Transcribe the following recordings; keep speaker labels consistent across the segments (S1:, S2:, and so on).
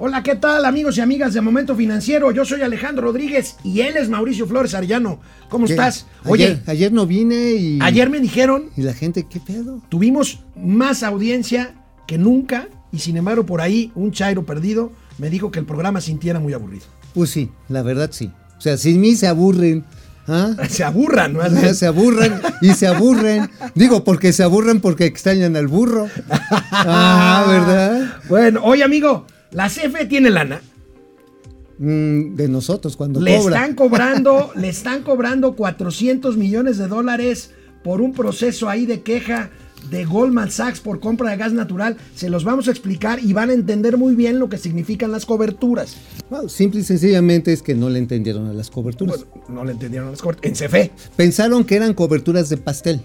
S1: Hola, ¿qué tal amigos y amigas de Momento Financiero? Yo soy Alejandro Rodríguez y él es Mauricio Flores Arellano. ¿Cómo
S2: Ayer-
S1: estás?
S2: ayer, ayer no vine y.
S1: Ayer me dijeron,
S2: Y la gente, ¿qué pedo?
S1: tuvimos más audiencia que nunca y sin embargo por ahí un Chairo perdido me dijo que el programa sintiera muy aburrido.
S2: Pues sí, la verdad sí. O sea, sin mí se aburren. ¿ah?
S1: Se aburran, ¿no?
S2: Se aburren y se aburren. Digo, porque se aburren porque extrañan al burro. Ah, ¿verdad?
S1: Bueno, oye amigo, la CFE tiene lana.
S2: Mm, de nosotros cuando
S1: Le
S2: cobra.
S1: están cobrando, le están cobrando 400 millones de dólares por un proceso ahí de queja de Goldman Sachs por compra de gas natural. Se los vamos a explicar y van a entender muy bien lo que significan las coberturas.
S2: Bueno, simple y sencillamente es que no le entendieron a las coberturas.
S1: Bueno, no le entendieron las coberturas. En CFE.
S2: Pensaron que eran coberturas de pastel.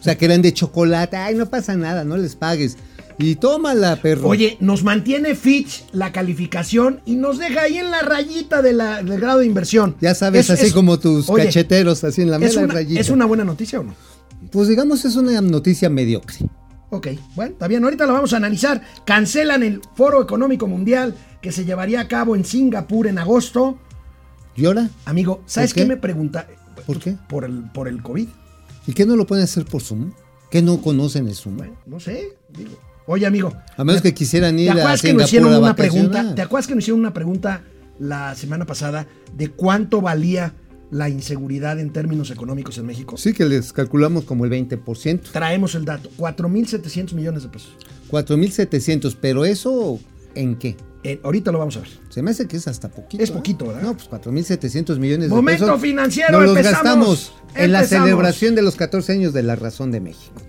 S2: O sea, que eran de chocolate. Ay, no pasa nada, no les pagues. Y tómala, perro.
S1: Oye, nos mantiene Fitch la calificación y nos deja ahí en la rayita de la- del grado de inversión.
S2: Ya sabes,
S1: Es-
S2: así
S1: es-
S2: como tus
S1: oye,
S2: cacheteros, así en la
S1: Es
S2: mera
S1: una,
S2: rayita.
S1: es una buena noticia o no?
S2: Pues digamos, es una noticia mediocre.
S1: Ok, bueno, está bien. Ahorita lo vamos a analizar. Cancelan el Foro Económico Mundial que se llevaría a cabo en Singapur en agosto.
S2: ¿Y ahora?
S1: Amigo, ¿sabes
S2: ¿Por qué?
S1: qué? me pregunta?
S2: ¿Por qué?
S1: Por el, por el COVID.
S2: ¿Y qué no lo pueden hacer por Zoom? ¿Qué no conocen el Zoom?
S1: Bueno, no sé. digo. Oye, amigo.
S2: A menos que quisieran
S1: ¿Te
S2: ir a
S1: acuerdas que nos
S2: Singapur
S1: hicieron
S2: a
S1: una pregunta? ¿Te
S2: vacacionar.
S1: acuerdas que nos hicieron una pregunta la semana pasada de cuánto valía la inseguridad en términos económicos en México?
S2: Sí, que les calculamos como el 20%.
S1: Traemos el dato, 4.700 millones de pesos.
S2: 4.700, pero eso, ¿en qué?
S1: Eh, ahorita lo vamos a ver.
S2: Se me hace que es hasta poquito.
S1: Es
S2: ¿eh?
S1: poquito, ¿verdad?
S2: No, pues 4.700 millones de
S1: Momento
S2: pesos.
S1: financiero,
S2: Nos los
S1: empezamos.
S2: gastamos en la
S1: Empezamos.
S2: celebración de los 14 años de la razón de México.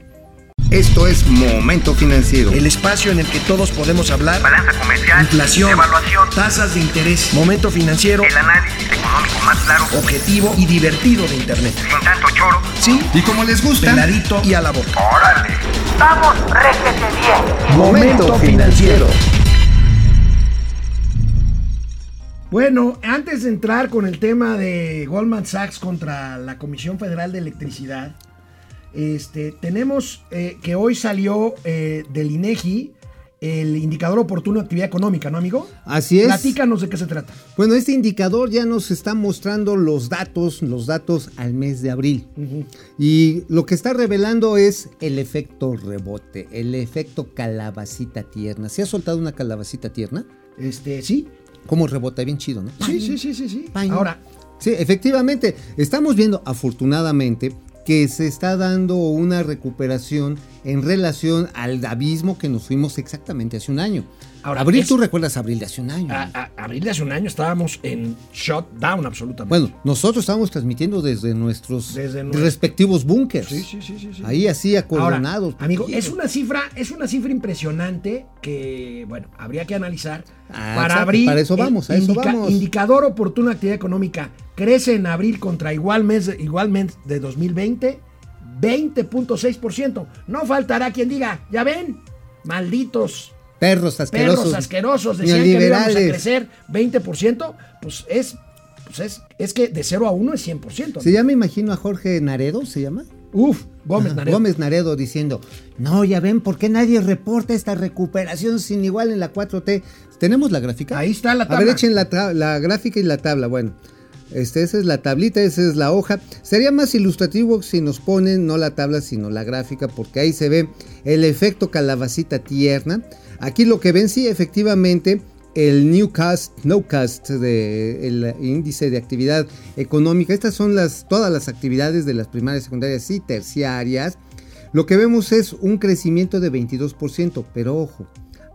S3: Esto es Momento Financiero.
S1: espacio en el que todos podemos hablar.
S4: balanza comercial,
S1: Inflación,
S4: evaluación,
S1: tasas de interés, momento financiero,
S4: el análisis económico más claro,
S1: objetivo y divertido de Internet.
S4: sin tanto choro.
S1: Sí,
S3: Y como les gusta,
S1: peladito y a la boca.
S4: ¡Órale! ¡Vamos, réjete bien!
S3: Momento Financiero.
S1: Bueno, antes de entrar con el tema de Goldman Sachs contra la Comisión Federal de Electricidad, este, tenemos eh, que hoy salió eh, del INEGI el indicador oportuno de actividad económica, ¿no, amigo?
S2: Así es.
S1: Platícanos de qué se trata.
S2: Bueno, este indicador ya nos está mostrando los datos, los datos al mes de abril. Y lo que está revelando es el efecto rebote, el efecto calabacita tierna. ¿Se ha soltado una calabacita tierna?
S1: Este, sí.
S2: ¿Cómo rebota? Bien chido, ¿no?
S1: Sí, sí, sí, sí, sí.
S2: Pain.
S1: Ahora,
S2: Sí, efectivamente, estamos viendo afortunadamente que se está dando una recuperación en relación al abismo que nos fuimos exactamente hace un año.
S1: Ahora,
S2: abril,
S1: es-
S2: tú recuerdas abril de hace un año. ¿no?
S1: a- a- abril de hace un año estábamos en shutdown absolutamente.
S2: Bueno, nosotros estábamos transmitiendo desde nuestros
S1: Desde nuestro-
S2: respectivos búnkers.
S1: Sí, sí, sí, sí, sí.
S2: Ahí pues, así
S1: Ahora,
S2: acordonados.
S1: amigo,
S2: protegidos.
S1: es una cifra, es una cifra impresionante que, bueno, habría que analizar
S2: Ah,
S1: para
S2: exacto,
S1: abrir.
S2: para eso vamos, a eso vamos.
S1: Indicador oportuno de actividad económica crece en abril contra igual mes, de- igual mes de 2020, 20.6%. No faltará quien diga, ya ven, malditos.
S2: Perros asquerosos.
S1: Perros asquerosos decían que no íbamos a
S2: neoliberales.
S1: crecer 20%, pues es, pues es, es que de 0 a 1 es 100%.
S2: Se llama, imagino, a Jorge Naredo, ¿se llama?
S1: Uf, Gómez
S2: Ajá,
S1: Naredo.
S2: Gómez Naredo diciendo, no, ya ven, ¿por qué nadie reporta esta recuperación sin igual en la 4T? ¿Tenemos la gráfica?
S1: Ahí está la
S2: A ver,
S1: tabla.
S2: echen la, tra- la gráfica y la tabla, bueno. Este, esa es la tablita, esa es la hoja. Sería más ilustrativo si nos ponen no la tabla, sino la gráfica, porque ahí se ve el efecto calabacita tierna. Aquí lo que ven, sí, efectivamente, el Newcast, Nowcast, de, el índice de actividad económica. Estas son las, todas las actividades de las primarias, secundarias y terciarias. Lo que vemos es un crecimiento de 22%, pero ojo,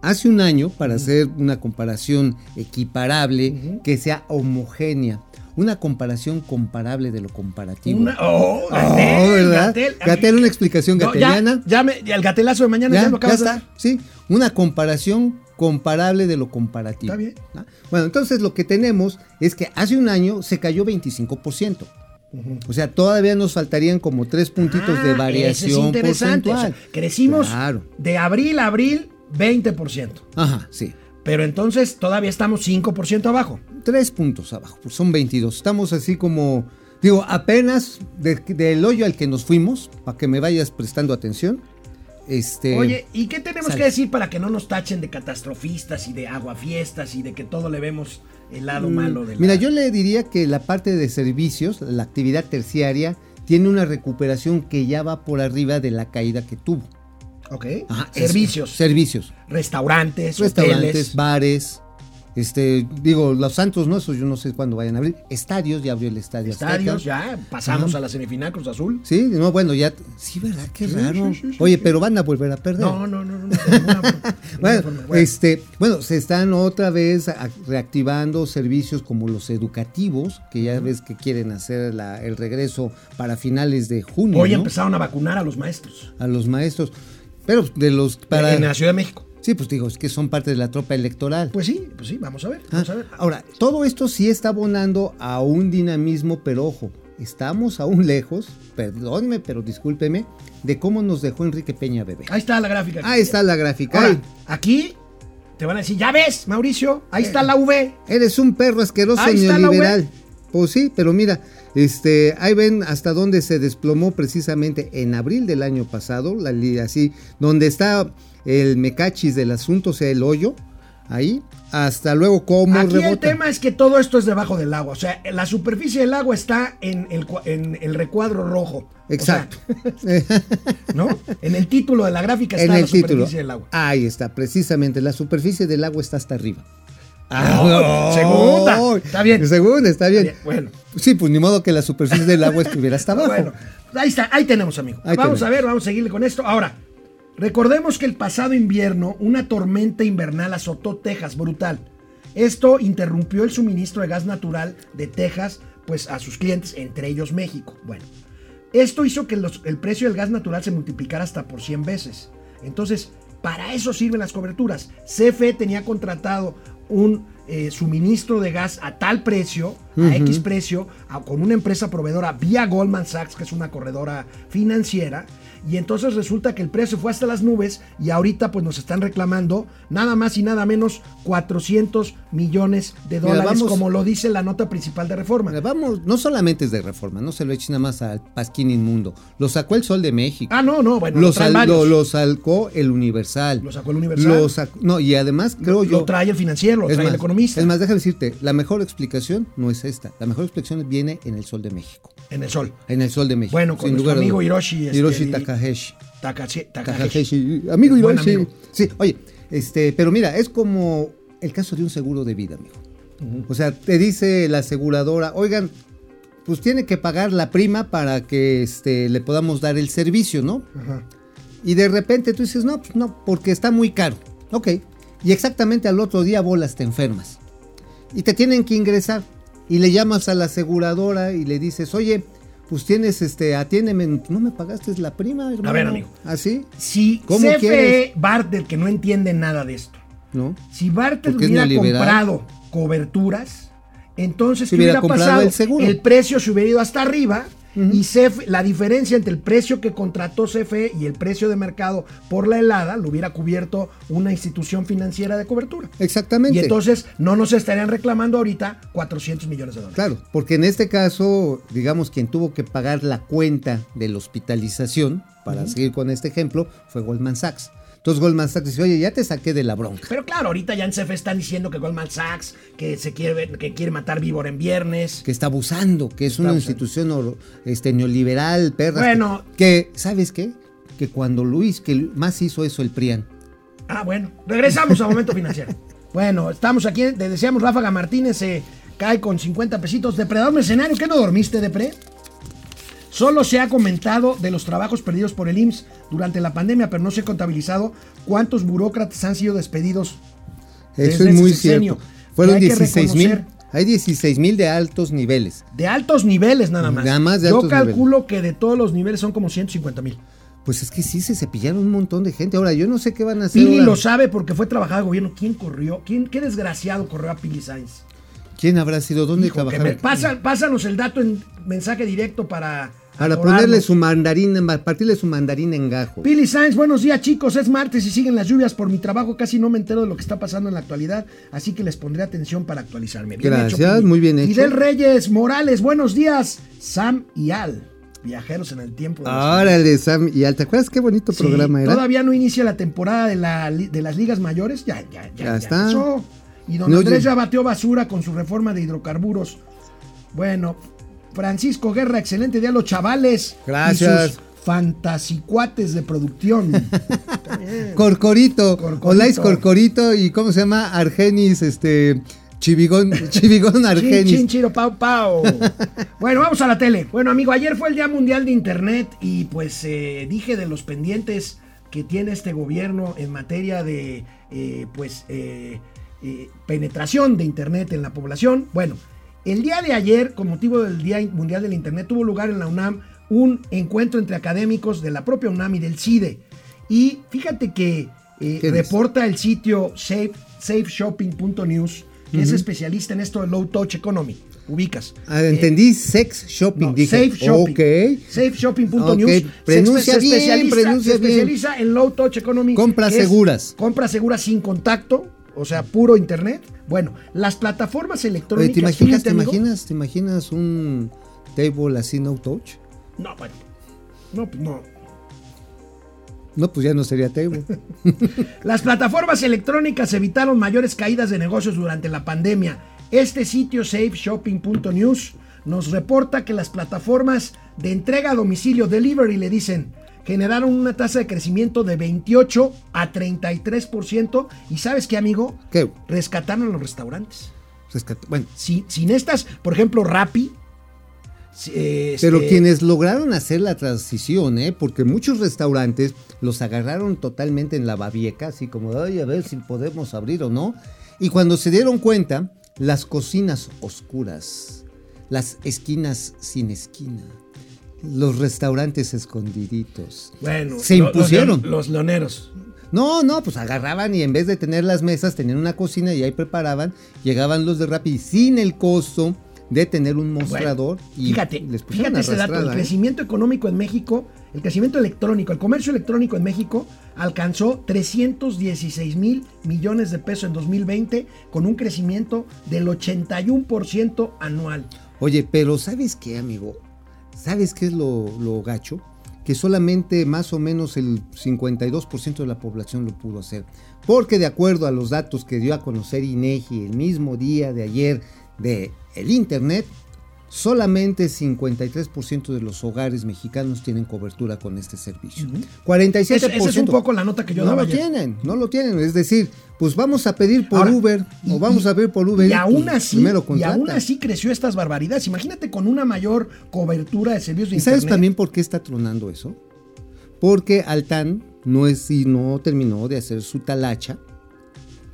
S2: hace un año, para hacer una comparación equiparable, que sea homogénea, una comparación comparable de lo comparativo.
S1: Una- oh,
S2: Oh,
S1: Gatel,
S2: ¿verdad?
S1: Gatel.
S2: Gatel, una explicación
S1: No, ya-
S2: gateliana.
S1: ya, me- ya el gatelazo de mañana ya,
S2: ya,
S1: lo
S2: ya
S1: acabas de
S2: está, sí, una comparación comparable de lo comparativo.
S1: Está bien.
S2: ¿no? Bueno, entonces lo que tenemos es que hace un año se cayó 25%. O sea, todavía nos faltarían como tres puntitos
S1: Ah,
S2: de
S1: ese
S2: variación
S1: es interesante. o sea,
S2: porcentual.
S1: crecimos
S2: Claro.
S1: de abril a abril 20%.
S2: Ajá, sí.
S1: Pero entonces todavía estamos 5% abajo.
S2: Tres puntos abajo, pues son 22. Estamos así como, digo, apenas de- del hoyo al que nos fuimos, para que me vayas prestando atención. Este,
S1: Oye, ¿y qué tenemos
S2: sale.
S1: que decir para que no nos tachen de catastrofistas y de aguafiestas y de que todo le vemos el lado malo de la-
S2: Mm, Mira, yo le diría que la parte de servicios, la actividad terciaria, tiene una recuperación que ya va por arriba de la caída que tuvo.
S1: Ok.
S2: Ajá, es-
S1: Servicios.
S2: servicios.
S1: restaurantes,
S2: Restaurantes,
S1: restaurantes,
S2: bares. Este, digo, los Santos, ¿no? Eso yo no sé cuándo vayan a abrir. Estadios, ya abrió el estadio. Azteca.
S1: estadios, ya pasamos
S2: Ajá.
S1: a la semifinal Cruz Azul.
S2: Sí, no, bueno, ya. Sí, ¿verdad? Qué
S1: Sí,
S2: raro.
S1: sí, sí, sí,
S2: Oye,
S1: sí.
S2: pero van a volver a perder.
S1: No, no, no, no. no, de ninguna forma, de ninguna
S2: Bueno,
S1: forma. Bueno,
S2: este, bueno, se están otra vez a- reactivando servicios como los educativos, que ya ves que quieren hacer la- el regreso para finales de junio
S1: hoy
S2: ¿no?
S1: empezaron a vacunar a los maestros
S2: a los maestros. Pero de los para
S1: en la Ciudad de México.
S2: Sí, pues digo, es que son parte de la tropa electoral.
S1: Pues sí, pues sí, vamos a ver,
S2: Ah,
S1: vamos a ver.
S2: Ahora, todo esto sí está abonando a un dinamismo, pero ojo, estamos aún lejos, perdónme, pero discúlpeme, de cómo nos dejó Enrique Peña Bebé.
S1: Ahí está la gráfica.
S2: Ahí está la gráfica.
S1: Ahora,
S2: Ay,
S1: aquí te van a decir, ya ves, Mauricio, ahí está la V.
S2: Eres un perro asqueroso
S1: Ahí está la
S2: neoliberal. Pues sí, pero mira, este, ahí ven hasta dónde se desplomó precisamente en abril del año pasado, la li- así, donde está el mecachis del asunto, o sea, el hoyo, ahí, hasta luego cómo
S1: Aquí el
S2: rebota.
S1: tema es que todo esto es debajo del agua. O sea, la superficie del agua está en el, cua- en el recuadro rojo. O
S2: Exacto.
S1: sea, ¿No? En el título de la gráfica está
S2: en el
S1: la
S2: título.
S1: superficie del agua.
S2: Ahí está, precisamente. La superficie del agua está hasta arriba.
S1: Ah,
S2: ¡Ay!
S1: segunda. Está bien.
S2: Segunda, está bien.
S1: Está bien, bueno.
S2: Sí, pues ni modo que la superficie del agua estuviera hasta abajo.
S1: Bueno, ahí está, ahí tenemos, amigo.
S2: Ahí
S1: vamos
S2: tenemos.
S1: a ver, vamos a seguirle con esto. Ahora, recordemos que el pasado invierno una tormenta invernal azotó Texas brutal. Esto interrumpió el suministro de gas natural de Texas, pues a sus clientes, entre ellos México. Bueno, esto hizo que los- el precio del gas natural se multiplicara hasta por 100 veces. Entonces, para eso sirven las coberturas. CFE tenía contratado un eh, suministro de gas a tal precio, a X precio, a- con una empresa proveedora vía Goldman Sachs, que es una corredora financiera. Y entonces resulta que el precio fue hasta las nubes y ahorita pues nos están reclamando nada más y nada menos 400 millones de
S2: Mira,
S1: dólares,
S2: vamos-
S1: como lo dice la nota principal de reforma.
S2: Vamos, no solamente es de reforma, no se lo echen nada más al Pasquín Inmundo. Lo sacó el Sol de México.
S1: Ah, no, no, bueno,
S2: lo,
S1: lo traen
S2: sal-
S1: varios.
S2: lo- lo sacó el Universal.
S1: Lo sacó el Universal.
S2: Lo sacó- no, y además creo yo.
S1: Lo trae el financiero, lo
S2: es
S1: trae
S2: más,
S1: el economista.
S2: Es más, déjame decirte, la mejor explicación no es esta. La mejor explicación viene en el Sol de México.
S1: En el sol.
S2: En el Sol de México.
S1: Bueno, con
S2: sin
S1: nuestro
S2: lugar a
S1: amigo
S2: dudas.
S1: Hiroshi, este,
S2: Hiroshi
S1: y-
S2: Takahashi.
S1: Takashi- Takahashi.
S2: Takahashi. Amigo
S1: Buen
S2: Hiroshi.
S1: amigo.
S2: Sí, oye, este, pero mira, es como el caso de un seguro de vida, amigo. O sea, te dice la aseguradora, oigan, pues tiene que pagar la prima para que este, le podamos dar el servicio, ¿no?
S1: Ajá.
S2: Y de repente tú dices, no, pues no, porque está muy caro. Ok. Y exactamente al otro día bolas te enfermas. Y te tienen que ingresar. Y le llamas a la aseguradora y le dices, oye, pues tienes, este, atiéndeme. No me pagaste la prima, hermano. ¿Ah,
S1: ver, amigo.
S2: ¿Así?
S1: Si
S2: ¿Cómo
S1: CFE
S2: quieres?
S1: Bartel, que no entiende nada de esto,
S2: ¿No?
S1: si Bartel
S2: Porque es
S1: hubiera
S2: neoliberal.
S1: comprado coberturas, entonces
S2: Si
S1: ¿qué
S2: hubiera
S1: hubiera,
S2: comprado
S1: pasado?
S2: el seguro.
S1: precio se hubiera ido hasta arriba y CFE la diferencia entre el precio que contrató CFE y el precio de mercado por la helada lo hubiera cubierto una institución financiera de cobertura.
S2: Exactamente.
S1: Y entonces no nos estarían reclamando ahorita 400 millones de dólares.
S2: Claro, porque en este caso, digamos, quien tuvo que pagar la cuenta de la hospitalización, para seguir con este ejemplo, fue Goldman Sachs. Entonces Goldman Sachs dice, oye, ya te saqué de la bronca.
S1: Pero claro, ahorita ya en CFE están diciendo que Goldman Sachs, que se quiere, que quiere matar víbora en viernes.
S2: que está abusando, que es una
S1: abusando.
S2: institución oro- este, neoliberal, perra.
S1: Bueno.
S2: Que, ¿sabes qué? Que cuando Luis, que más hizo eso el PRIAN.
S1: Ah, bueno. Regresamos a Momento Financiero. Bueno, estamos aquí, te deseamos Ráfaga Martínez, se cae con 50 pesitos. Depredador Mercenario, ¿qué no dormiste, Depre? Solo se ha comentado de los trabajos perdidos por el IMSS durante la pandemia, pero no se ha contabilizado cuántos burócratas han sido despedidos.
S2: Eso
S1: Desde
S2: es muy
S1: ese sexenio.
S2: cierto. Fueron
S1: Y hay que
S2: 16 mil.
S1: reconocer-
S2: Hay 16 mil de altos niveles.
S1: De altos niveles nada más.
S2: Nada más de
S1: Yo
S2: altos
S1: calculo que de todos los niveles son como 150 mil.
S2: Pues es que sí se cepillaron un montón de gente. Ahora, yo no sé qué van a hacer.
S1: Pili
S2: ahora.
S1: lo sabe porque fue trabajada de gobierno. ¿Quién corrió? ¿Quién, ¿Qué desgraciado corrió a Pili Sainz?
S2: ¿Quién habrá sido? ¿Dónde
S1: Hijo, que
S2: trabajaron?
S1: me- pasa- pásanos el dato en mensaje directo para.
S2: Para
S1: adorarnos.
S2: ponerle su mandarín, en- partirle su mandarín en gajo.
S1: Pili Sainz, buenos días chicos, es martes y siguen las lluvias por mi trabajo, casi no me entero de lo que está pasando en la actualidad, así que les pondré atención para actualizarme.
S2: Gracias,
S1: Pili.
S2: muy bien hecho.
S1: Fidel Reyes, Morales, buenos días, Sam y Al. viajeros en el tiempo. de los-
S2: Órale, Sam. ¿Y al- te acuerdas qué bonito
S1: Sí,
S2: programa era?
S1: Todavía no inicia la temporada de, la li- de las ligas mayores. Ya, ya, ya.
S2: Ya está.
S1: empezó. Y don
S2: No,
S1: Andrés
S2: yo-
S1: ya bateó basura con su reforma de hidrocarburos. Bueno, Francisco Guerra, excelente día a los chavales.
S2: Gracias.
S1: Y sus fantasicuates de producción.
S2: Corcorito.
S1: Corcorito.
S2: Olais Corcorito y ¿cómo se llama? Argenis, este. Chivigón, Chivigón
S1: Chin,
S2: Argenis.
S1: chin, chiro, pau, pau. Bueno, vamos a la tele. Bueno, amigo, ayer fue el Día Mundial de Internet y pues eh, dije de los pendientes que tiene este gobierno en materia de, eh, pues, eh, eh, penetración de Internet en la población. Bueno, el día de ayer, con motivo del Día Mundial del Internet, tuvo lugar en la UNAM un encuentro entre académicos de la propia UNAM y del CIDE. Y fíjate que eh,
S2: ¿Qué dice?
S1: reporta el sitio safe, safeshopping.news, que es especialista en esto de low touch economy. Ubicas.
S2: Ah,
S1: Eh,
S2: entendí sex shopping.
S1: no,
S2: dije.
S1: safe shopping.
S2: Ok.
S1: Safeshopping.news.
S2: Ok, pronuncia
S1: se,
S2: bien,
S1: especializa,
S2: pronuncia
S1: se
S2: bien.
S1: especializa en low touch economy.
S2: Compras
S1: que es
S2: seguras.
S1: Compras seguras sin contacto, o sea, puro internet. Bueno, las plataformas
S2: Oye,
S1: electrónicas.
S2: ¿te imaginas,
S1: fíjate,
S2: te
S1: amigo,
S2: imaginas, te imaginas un table así no touch?
S1: No, bueno. No, pues no.
S2: No, pues ya no sería table.
S1: Las plataformas electrónicas evitaron mayores caídas de negocios durante la pandemia. Este sitio safeshopping.news nos reporta que las plataformas de entrega a domicilio, delivery, le dicen, generaron una tasa de crecimiento de 28 a 33%. ¿Y sabes qué, amigo?
S2: ¿Qué?
S1: Rescataron a los restaurantes.
S2: Rescat- Bueno,
S1: Sin, sin estas, por ejemplo, Rappi. eh,
S2: pero
S1: este,
S2: quienes lograron hacer la transición, ¿eh? porque muchos restaurantes los agarraron totalmente en la babieca, así como, ay, a ver si podemos abrir o no. Y cuando se dieron cuenta, las cocinas oscuras, las esquinas sin esquina, los restaurantes escondiditos.
S1: Bueno,
S2: se
S1: lo- los
S2: impusieron.
S1: leon- los leoneros.
S2: No, no, pues agarraban y en vez de tener las mesas, tenían una cocina y ahí preparaban. Llegaban los de Rappi sin el costo de tener un mostrador. y
S1: fíjate,
S2: les pusieron
S1: fíjate ese dato, el
S2: arrastrada, ¿eh?
S1: crecimiento económico en México, el crecimiento electrónico, el comercio electrónico en México alcanzó 316 mil millones de pesos en 2020 con un crecimiento del 81% anual.
S2: Oye, pero ¿sabes qué, amigo? ¿Sabes qué es lo, lo gacho? Que solamente más o menos el 52% de la población lo pudo hacer. Porque de acuerdo a los datos que dio a conocer INEGI el mismo día de ayer de el Internet, solamente 53% de los hogares mexicanos tienen cobertura con este servicio. 47%.
S1: Esa esa es un poco la nota que yo
S2: no
S1: daba
S2: lo
S1: ayer.
S2: tienen, no lo tienen. Es decir, pues vamos a pedir por
S1: Ahora,
S2: Uber
S1: y-
S2: o vamos
S1: y-
S2: a pedir por Uber.
S1: Y
S2: Eats,
S1: aún
S2: pues,
S1: así,
S2: primero
S1: y aún
S2: contrata.
S1: así creció estas barbaridades. Imagínate con una mayor cobertura de servicios de
S2: ¿Y sabes
S1: internet.
S2: también por qué está tronando eso? Porque Altán no es y no terminó de hacer su talacha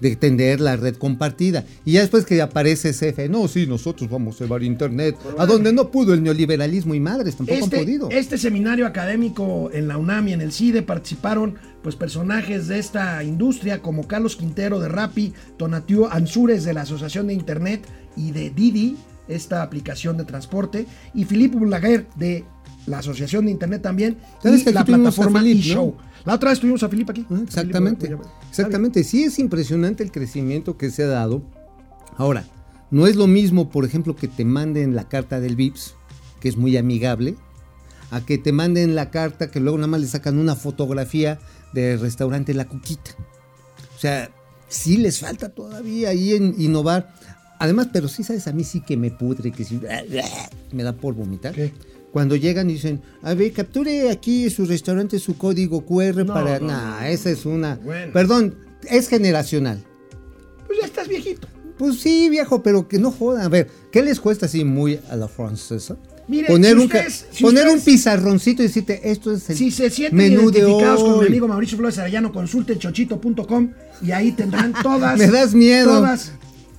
S2: de tender la red compartida. Y ya después que aparece CFE, no, sí, nosotros vamos a llevar internet a donde no pudo el neoliberalismo y madres, tampoco han
S1: eh, Este,
S2: podido.
S1: este seminario académico en la UNAM y en el CIDE participaron pues, personajes de esta industria como Carlos Quintero de Rappi, Tonatiu Ansures de la Asociación de Internet y de Didi, esta aplicación de transporte, y Philippe Boulaguer de la Asociación de Internet también,
S2: ¿Sabes
S1: y
S2: que aquí
S1: la
S2: tuvimos a
S1: plataforma
S2: Philippe,
S1: eShow. La otra vez tuvimos a Filipe aquí.
S2: Ah, Exactamente,
S1: Philippe, oye,
S2: exactamente. Sí es impresionante el crecimiento que se ha dado. Ahora, no es lo mismo, por ejemplo, que te manden la carta del VIPS, que es muy amigable, a que te manden la carta que luego nada más le sacan una fotografía del restaurante La Cuquita. O sea, sí les falta todavía ahí en innovar. Además, pero sí sabes, a mí sí que me pudre, que sí, me da por vomitar.
S1: ¿Qué?
S2: Cuando llegan y dicen, a ver, capture aquí su restaurante, su código QR
S1: No,
S2: para...
S1: no,
S2: nah,
S1: no,
S2: Ah, esa es una...
S1: Bueno.
S2: Perdón, es generacional.
S1: Pues ya estás viejito.
S2: Pues sí, viejo, pero que no jodan. A ver, ¿qué les cuesta así muy a la francesa?
S1: Mire,
S2: poner
S1: si
S2: un, ca-
S1: ustedes- si
S2: poner un
S1: ustedes-
S2: pizarroncito y decirte, esto es el
S1: Si se sienten
S2: menú de
S1: identificados con mi
S2: hoy.
S1: amigo Mauricio Flores Arellano, consulten chochito.com y ahí tendrán todas.
S2: Me das miedo.
S1: Todas.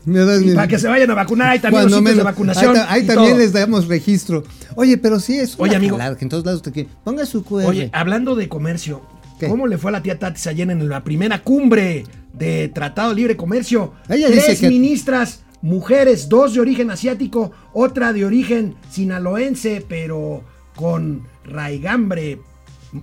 S2: Me das
S1: Y
S2: miedo.
S1: para que se vayan a vacunar, hay también
S2: Cuando
S1: los sitios de
S2: menos.
S1: vacunación.
S2: Ahí, ta- ahí
S1: y
S2: también
S1: todo.
S2: les damos registro. Oye, pero sí es
S1: Oye, amigo.
S2: jalada, que en todos lados te quieren. Ponga su QR.
S1: Oye, hablando de comercio,
S2: ¿Qué?
S1: ¿cómo le fue a la tía Tatis ayer en la primera cumbre de Tratado de Libre Comercio?
S2: Ella
S1: Tres
S2: dice que-
S1: ministras, mujeres, dos de origen asiático, otra de origen sinaloense, pero con raigambre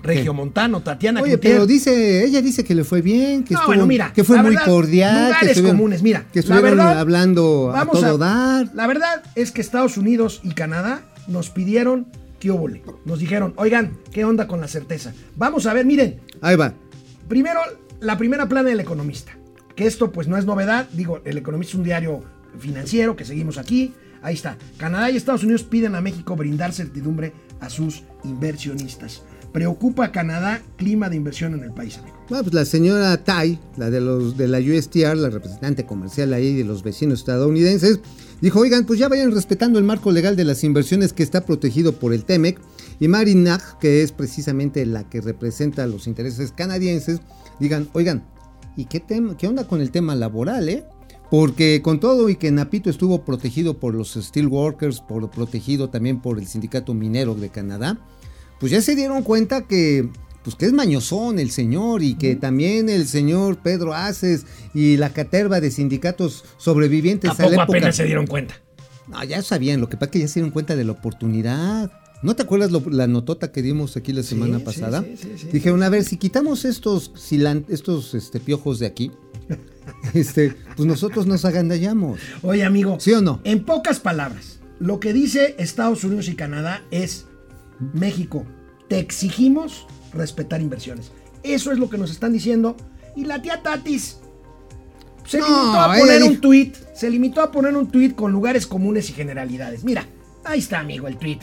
S1: regiomontano, Tatiana
S2: Oye,
S1: Cloutier.
S2: pero dice, ella dice que le fue bien, que,
S1: No,
S2: estuvo-
S1: bueno, mira,
S2: que fue
S1: la
S2: muy
S1: verdad,
S2: cordial. que
S1: lugares
S2: estuvieron-
S1: comunes, mira, la
S2: Que estuvieron
S1: verdad,
S2: hablando a
S1: vamos
S2: todo dar.
S1: La verdad es que Estados Unidos y Canadá nos pidieron ¿Qué óvole? Nos dijeron, oigan, ¿qué onda con la certeza? Vamos a ver, miren,
S2: Ahí va.
S1: Primero, la primera plana del economista. Que esto pues no es novedad. Digo, el economista es un diario financiero que seguimos aquí. Ahí está. Canadá y Estados Unidos piden a México brindar certidumbre a sus inversionistas. Preocupa a Canadá clima de inversión en el país, amigo.
S2: Bueno, pues la señora Tai, la de los de la USTR, la representante comercial ahí de los vecinos estadounidenses, dijo, oigan, pues ya vayan respetando el marco legal de las inversiones que está protegido por el E TEMEC. Y Mary Nag, que es precisamente la que representa los intereses canadienses, digan, oigan, ¿y qué, tema, qué onda con el tema laboral, eh? Porque con todo y que Napito estuvo protegido por los steelworkers, por, protegido también por el sindicato minero de Canadá, pues ya se dieron cuenta que pues que es mañosón el señor y que también el señor Pedro Aces y la caterva de sindicatos sobrevivientes a, la época.
S1: dieron cuenta?
S2: No, ya sabían, lo que pasa es que ya se dieron cuenta de la oportunidad. ¿No te acuerdas lo- la notota que dimos aquí la semana
S1: sí,
S2: pasada?
S1: sí, sí, sí.
S2: Dijeron, a ver, si quitamos estos cilan- estos este, piojos de aquí, este, pues nosotros nos agandallamos.
S1: Oye, amigo.
S2: ¿Sí o no?
S1: En pocas palabras, lo que dice Estados Unidos y Canadá es, México, te exigimos respetar inversiones. Eso es lo que nos están diciendo. Y la tía Tatis se
S2: No, eh,
S1: limitó a
S2: ella
S1: poner
S2: dijo-
S1: un tweet, se limitó a poner un tweet con lugares comunes y generalidades. Mira, ahí está, amigo, el tweet.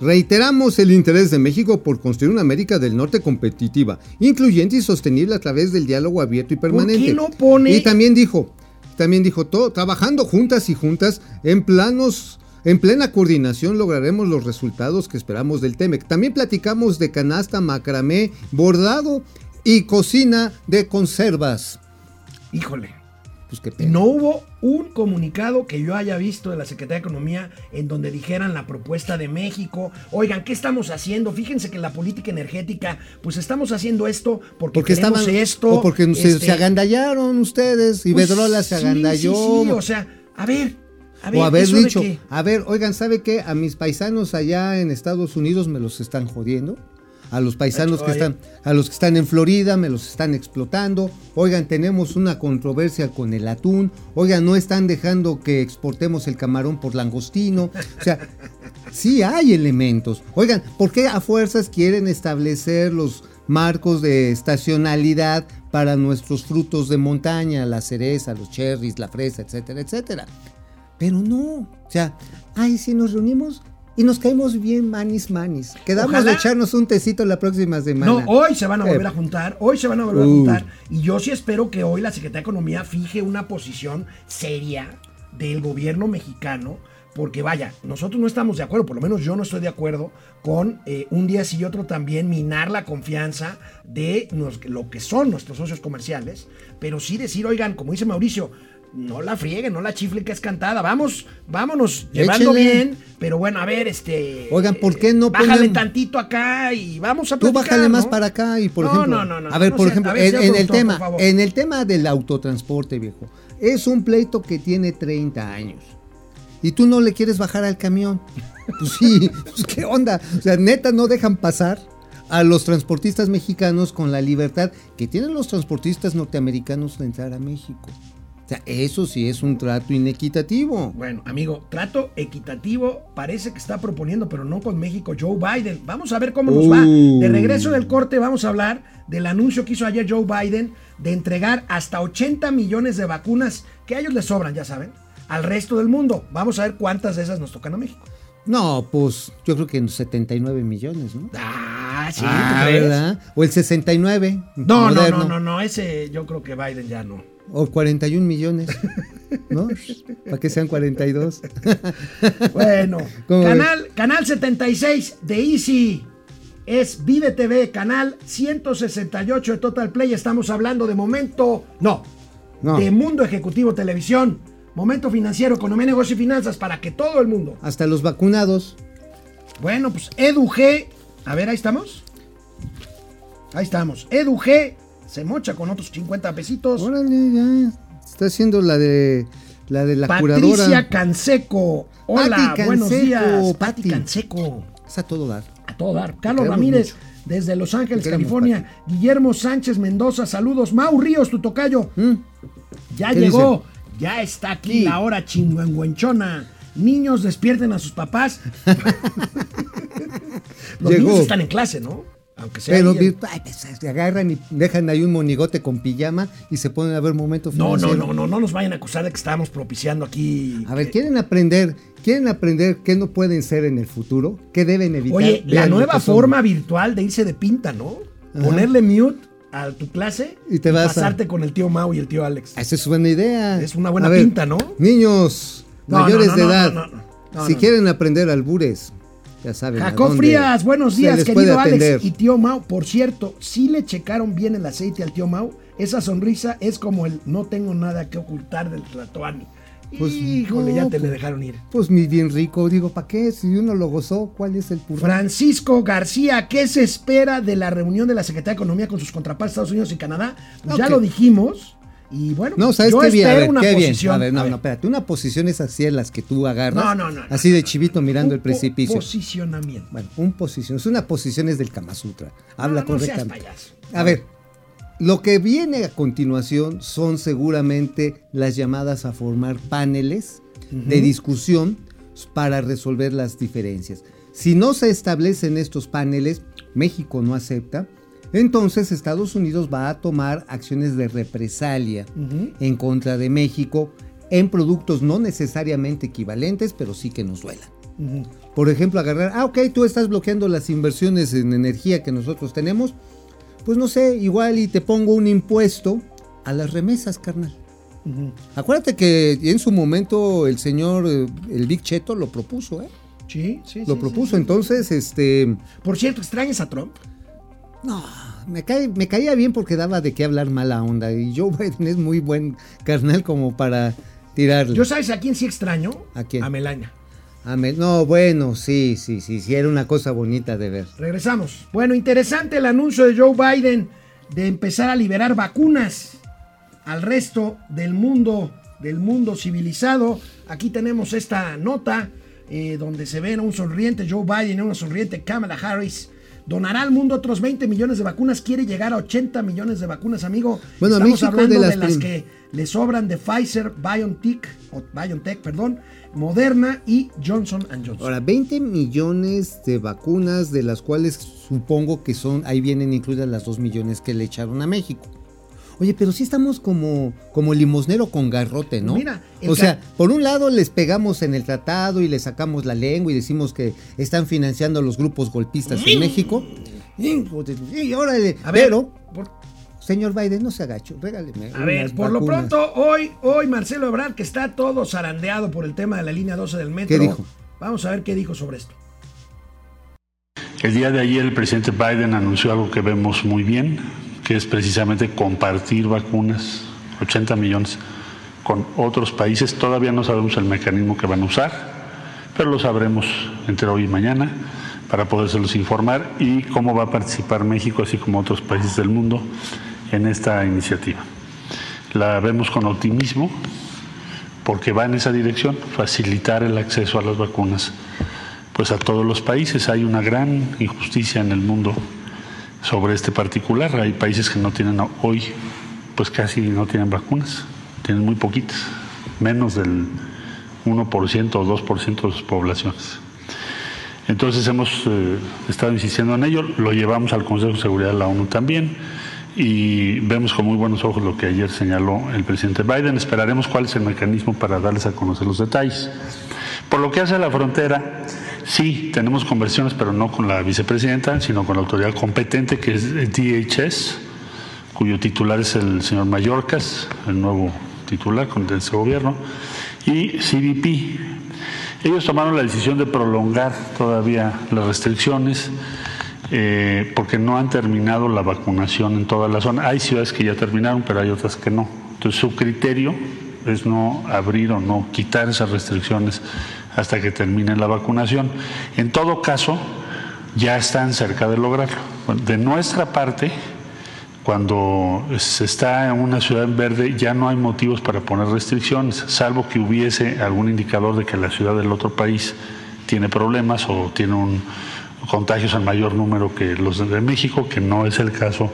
S2: Reiteramos el interés de México por construir una América del Norte competitiva, incluyente y sostenible a través del diálogo abierto y permanente.
S1: qué no pone-
S2: Y también dijo, también dijo, "To- trabajando juntas y juntas en planos en plena coordinación lograremos los resultados que esperamos del TEMEC. También platicamos de canasta, macramé, bordado y cocina de conservas.
S1: Híjole.
S2: Pues qué
S1: Y
S2: pena.
S1: no hubo un comunicado que yo haya visto de la Secretaría de Economía en donde dijeran la propuesta de México. Oigan, ¿qué estamos haciendo? Fíjense que la política energética, pues estamos haciendo esto porque,
S2: Porque
S1: queremos
S2: estaban
S1: esto.
S2: o porque se,
S1: este,
S2: se agandallaron ustedes,
S1: pues,
S2: Iberdrola se
S1: sí, sí,
S2: agandalló.
S1: sí, o sea, a ver, a ver,
S2: o haber
S1: eso de
S2: dicho,
S1: que-
S2: a ver, oigan, ¿sabe qué? A mis paisanos allá en Estados Unidos me los están jodiendo. A los paisanos que
S1: Oye.
S2: están, a los que están en Florida me los están explotando. Oigan, tenemos una controversia con el atún. Oigan, no están dejando que exportemos el camarón por langostino. O sea, sí hay elementos. Oigan, ¿por qué a fuerzas quieren establecer los marcos de estacionalidad para nuestros frutos de montaña, la cereza, los cherries, la fresa, etcétera, etcétera? Pero no, o sea, ay, si nos reunimos y nos caemos bien manis manis. Quedamos
S1: Ojalá.
S2: de echarnos un tecito la próxima semana.
S1: No, hoy se van a volver
S2: Eh,
S1: a juntar, hoy se van a volver a
S2: Uh.
S1: juntar. Y yo sí espero que hoy la Secretaría de Economía fije una posición seria del gobierno mexicano. Porque vaya, nosotros no estamos de acuerdo, por lo menos yo no estoy de acuerdo con eh, un día sí y otro también minar la confianza de nos- lo que son nuestros socios comerciales, pero sí decir, oigan, como dice Mauricio, no la frieguen, no la chiflen que es cantada, vamos, vámonos llevando
S2: Échele.
S1: bien, pero bueno, a ver, este...
S2: Oigan, ¿por qué no
S1: Bájale
S2: ponen-
S1: tantito acá y vamos a
S2: Tú
S1: platicar,
S2: bájale más
S1: ¿no?
S2: para acá y por
S1: No,
S2: ejemplo.
S1: no, no, no,
S2: a ver,
S1: no
S2: por
S1: sea-
S2: ejemplo,
S1: a ver,
S2: en,
S1: señor
S2: en el
S1: productor, por
S2: tema,
S1: favor.
S2: en el tema del autotransporte, viejo. Es un pleito que tiene 30 años. Y tú no le quieres bajar al camión. Pues sí, pues qué onda. O sea, neta, no dejan pasar a los transportistas mexicanos con la libertad que tienen los transportistas norteamericanos de entrar a México. O sea, eso sí es un trato inequitativo.
S1: Bueno, amigo, trato equitativo parece que está proponiendo, pero no con México, Joe Biden. Vamos a ver cómo nos va.
S2: Uh.
S1: De regreso del corte vamos a hablar del anuncio que hizo ayer Joe Biden de entregar hasta 80 millones de vacunas que a ellos les sobran, ya saben, al resto del mundo. Vamos a ver cuántas de esas nos tocan a México.
S2: No, pues yo creo que en 79 millones, ¿no?
S1: Ah, sí,
S2: Ah,
S1: ¿tú crees?
S2: ¿verdad? O el 69.
S1: No, no,
S2: moderno.
S1: no, no, no, ese yo creo que Biden ya no.
S2: O 41 millones. ¿No? Para que sean 42.
S1: Bueno,
S2: ¿Cómo ves?
S1: canal, canal 76 de Easy es Vive TV, canal 168 de Total Play. Estamos hablando de momento, no,
S2: No.
S1: de Mundo Ejecutivo Televisión, Momento Financiero, Economía, Negocio y Finanzas para que todo el mundo.
S2: Hasta los vacunados.
S1: Bueno, pues EduG, a ver, ahí estamos. Ahí estamos. EduG se mocha con otros 50 pesitos.
S2: Órale, ya. Está haciendo la de la de la
S1: Patricia
S2: curadora.
S1: Canseco. Hola,
S2: Pati
S1: buenos
S2: Canseco,
S1: días. Pati
S2: Pati.
S1: Canseco.
S2: Está todo dar.
S1: A todo dar. Carlos
S2: queremos
S1: Ramírez,
S2: mucho.
S1: desde Los Ángeles,
S2: Te queremos,
S1: California. Guillermo Sánchez Mendoza, saludos. Mau Ríos, tu tocayo.
S2: ¿Mm?
S1: Ya
S2: ¿Qué
S1: llegó. Ya está aquí
S2: Sí.
S1: la hora chingüengüenchona. Niños, despierten a sus papás. Los
S2: Llegó.
S1: niños están en clase, ¿no? Aunque sea.
S2: Pero
S1: ahí en-
S2: ay, pues, se agarran y dejan ahí un monigote con pijama y se ponen a ver momentos
S1: No, no, no, no, no nos vayan a acusar de que estamos propiciando aquí.
S2: A ver, ¿quieren aprender? ¿Quieren aprender qué no pueden ser en el futuro? ¿Qué deben evitar?
S1: Oye, la
S2: Vean lo
S1: nueva
S2: que son.
S1: forma virtual de irse de pinta, ¿no? Ponerle mute a tu clase
S2: Y te vas a-
S1: pasarte con el tío Mau y el tío Alex.
S2: Ah, Esa es buena idea.
S1: Es una buena
S2: A ver,
S1: pinta, ¿no?
S2: Niños
S1: No,
S2: mayores
S1: no, no,
S2: de
S1: no,
S2: edad,
S1: no, no, no,
S2: si
S1: no.
S2: quieren aprender albures, ya saben. a
S1: Jacob
S2: dónde
S1: Frías, buenos
S2: se
S1: días,
S2: les puede
S1: querido Alex
S2: atender.
S1: y tío Mau. Por cierto, si le checaron bien el aceite al tío Mau, esa sonrisa es como el no tengo nada que ocultar del Tlatoani.
S2: Pues,
S1: Híjole,
S2: no,
S1: ya te
S2: pues.
S1: le dejaron ir.
S2: Pues mi bien rico, digo, ¿para qué? Si uno lo gozó, ¿cuál es el purro?
S1: Francisco García, ¿qué se espera de la reunión de la Secretaría de Economía con sus contrapartes Estados Unidos y Canadá? Pues ya
S2: Ok.
S1: lo dijimos. Y bueno,
S2: No, ¿sabes
S1: yo
S2: qué bien? A
S1: espero
S2: ver,
S1: una
S2: qué bien.
S1: posición.
S2: A ver, no,
S1: a ver,
S2: no, espérate. Una posición es así en las que tú agarras.
S1: No, no, no, no,
S2: Así de chivito mirando
S1: un
S2: el precipicio.
S1: po- Posicionamiento.
S2: Bueno, un posición. Es una posición es del Kama Sutra. Habla
S1: No, no seas
S2: correctamente.
S1: payaso.
S2: a ver, lo que viene a continuación son seguramente las llamadas a formar paneles de discusión para resolver las diferencias. Si no se establecen estos paneles, México no acepta. Entonces Estados Unidos va a tomar acciones de represalia
S1: Ujú.
S2: en contra de México en productos no necesariamente equivalentes, pero sí que nos duelan.
S1: Ujú.
S2: Por ejemplo, agarrar, ah, ok, tú estás bloqueando las inversiones en energía que nosotros tenemos. Pues no sé, igual y te pongo un impuesto a las remesas, carnal.
S1: Ujú.
S2: Acuérdate que en su momento el señor, eh, el Big Cheto, lo propuso, ¿eh?
S1: Sí, sí,
S2: Lo
S1: sí,
S2: propuso,
S1: sí, sí.
S2: entonces, este...
S1: Por cierto, ¿extrañas a Trump?
S2: No, me, cae- me caía bien porque daba de qué hablar mala onda. Y Joe Biden es muy buen carnal como para tirarle.
S1: Yo sabes a quién sí extraño.
S2: ¿A quién?
S1: A Melania.
S2: Amén. No, bueno, sí, sí, sí, sí, era una cosa bonita de ver.
S1: Regresamos. Bueno, interesante el anuncio de Joe Biden de empezar a liberar vacunas al resto del mundo, del mundo civilizado. Aquí tenemos esta nota eh, donde se ven a un sonriente Joe Biden y a una sonriente Kamala Harris. Donará al mundo otros 20 millones de vacunas, quiere llegar a 80 millones de vacunas, amigo.
S2: Bueno, a
S1: Estamos
S2: México
S1: hablando
S2: de
S1: de
S2: las
S1: las,
S2: prim-
S1: que le sobran de Pfizer, BioNTech, o BioNTech, perdón, Moderna y Johnson Johnson.
S2: Ahora, 20 millones de vacunas, de las cuales supongo que son, ahí vienen incluidas las 2 millones que le echaron a México. Oye, pero sí estamos como, como limosnero con garrote, ¿no?
S1: Mira, el
S2: o
S1: ca-
S2: sea, por un lado les pegamos en el tratado y les sacamos la lengua y decimos que están financiando a los grupos golpistas en México. Y órale,
S1: Mm. A ver,
S2: pero,
S1: por-
S2: señor Biden, no se agacho, regáleme.
S1: A ver,
S2: unas
S1: por lo
S2: vacunas.
S1: pronto, hoy, hoy Marcelo Ebrard, que está todo zarandeado por el tema de la línea 12 del metro.
S2: ¿Qué dijo?
S1: Vamos a ver qué dijo sobre esto.
S5: El día de ayer el presidente Biden anunció algo que vemos muy bien, que es precisamente compartir vacunas, 80 millones, con otros países. Todavía no sabemos el mecanismo que van a usar, pero lo sabremos entre hoy y mañana para podérselos informar y cómo va a participar México, así como otros países del mundo, en esta iniciativa. La vemos con optimismo porque va en esa dirección, facilitar el acceso a las vacunas pues a todos los países. Hay una gran injusticia en el mundo sobre este particular. Hay países que no tienen hoy, pues casi no tienen vacunas, tienen muy poquitas, menos del 1% o 2% de sus poblaciones. Entonces hemos eh, estado insistiendo en ello, lo llevamos al Consejo de Seguridad de la ONU también y vemos con muy buenos ojos lo que ayer señaló el presidente Biden. Esperaremos cuál es el mecanismo para darles a conocer los detalles. Por lo que hace a la frontera, sí, tenemos conversiones, pero no con la vicepresidenta, sino con la autoridad competente que es DHS, cuyo titular es el señor Mallorcas, el nuevo titular con- de ese gobierno, y CBP. Ellos tomaron la decisión de prolongar todavía las restricciones eh, porque no han terminado la vacunación en toda la zona. Hay ciudades que ya terminaron, pero hay otras que no. Entonces su criterio es no abrir o no quitar esas restricciones hasta que termine la vacunación. En todo caso, ya están cerca de lograrlo. Bueno, De nuestra parte, cuando se está en una ciudad en verde ya no hay motivos para poner restricciones, salvo que hubiese algún indicador de que la ciudad del otro país tiene problemas o tiene un contagios al mayor número que los de México, que no es el caso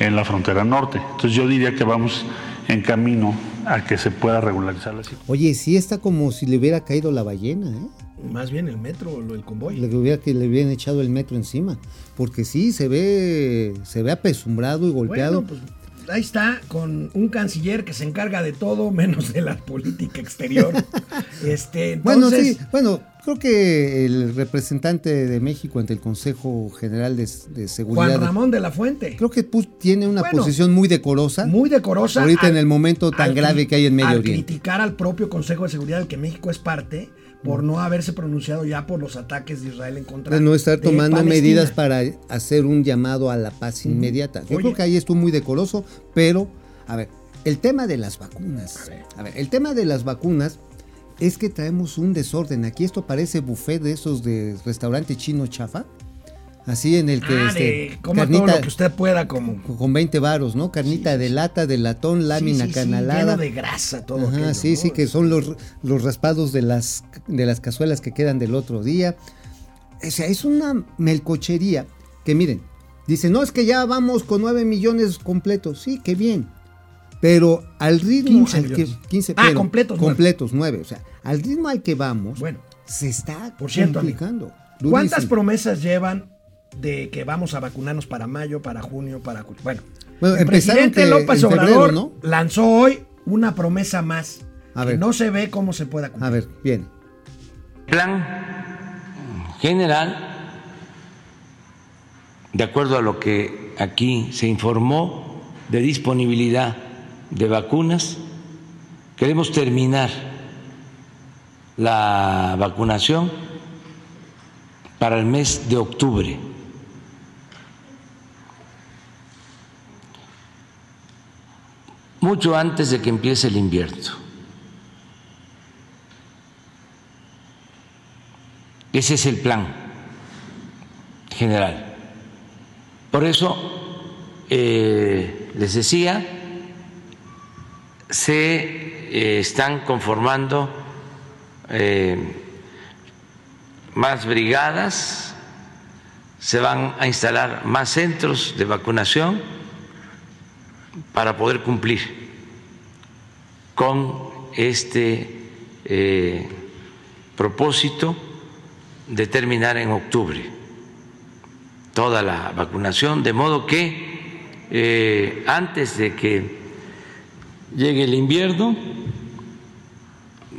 S5: en la frontera norte. Entonces yo diría que vamos en camino a que se pueda regularizar la situación.
S2: Oye, sí está como si le hubiera caído la ballena, ¿eh?
S1: Más bien el metro o el convoy.
S2: Le hubiera que le hubieran echado el metro encima, porque sí se ve se ve apesumbrado y golpeado.
S1: Bueno, pues ahí está, con un canciller que se encarga de todo menos de la política exterior. este,
S2: Bueno,
S1: entonces,
S2: sí, bueno, creo que el representante de México ante el Consejo General de, de Seguridad,
S1: Juan Ramón de la Fuente.
S2: creo que pues, tiene una
S1: Bueno,
S2: posición muy decorosa.
S1: Muy decorosa.
S2: Ahorita
S1: al-
S2: en el momento tan
S1: al-
S2: grave que hay en Medio
S1: al
S2: Oriente.
S1: criticar al propio Consejo de Seguridad del que México es parte por no haberse pronunciado ya por los ataques de Israel en contra
S2: De no estar
S1: de
S2: tomando
S1: Palestina.
S2: medidas para hacer un llamado a la paz inmediata. Yo
S1: Oye.
S2: creo que ahí estuvo muy decoroso, pero, a ver, el tema de las vacunas. A ver, el tema de las vacunas es que traemos un desorden. Aquí esto parece buffet de esos de restaurante chino chafa. Así en el que
S1: Ah,
S2: este,
S1: de coma todo lo que usted pueda como
S2: con 20 varos, ¿no? Carnita de lata, de latón, lámina
S1: Sí, sí, sí,
S2: canalada.
S1: lleno de grasa todo
S2: Ajá,
S1: aquello,
S2: sí,
S1: ¿no?
S2: sí, que son los, los raspados de las, de las cazuelas que quedan del otro día. O sea, es una melcochería que miren, dicen, no, es que ya vamos con 9 millones completos. Sí, qué bien. Pero al ritmo
S1: 15
S2: al que...
S1: millones.
S2: 15,
S1: Ah,
S2: pero-
S1: completos nueve.
S2: Completos 9. O sea, al ritmo al que vamos,
S1: Bueno.
S2: se está
S1: Por cierto, amigo,
S2: complicando.
S1: ¿Cuántas
S2: durísimo.
S1: promesas llevan de que vamos a vacunarnos para mayo, para junio, para julio? Bueno,
S2: Bueno,
S1: el
S2: empezaron
S1: presidente
S2: que
S1: López
S2: en febrero,
S1: Obrador
S2: ¿no?
S1: lanzó hoy una promesa más.
S2: A
S1: que
S2: ver.
S1: no se ve cómo se pueda
S2: A
S1: cumplir.
S2: ver, bien.
S6: plan general, de acuerdo a lo que aquí se informó de disponibilidad de vacunas, queremos terminar la vacunación para el mes de octubre. mucho antes de que empiece el invierno. Ese es el plan general. Por eso, eh, les decía, se eh, están conformando eh, más brigadas, se van a instalar más centros de vacunación para poder cumplir con este eh, propósito de terminar en octubre toda la vacunación, de modo que eh, antes de que llegue el invierno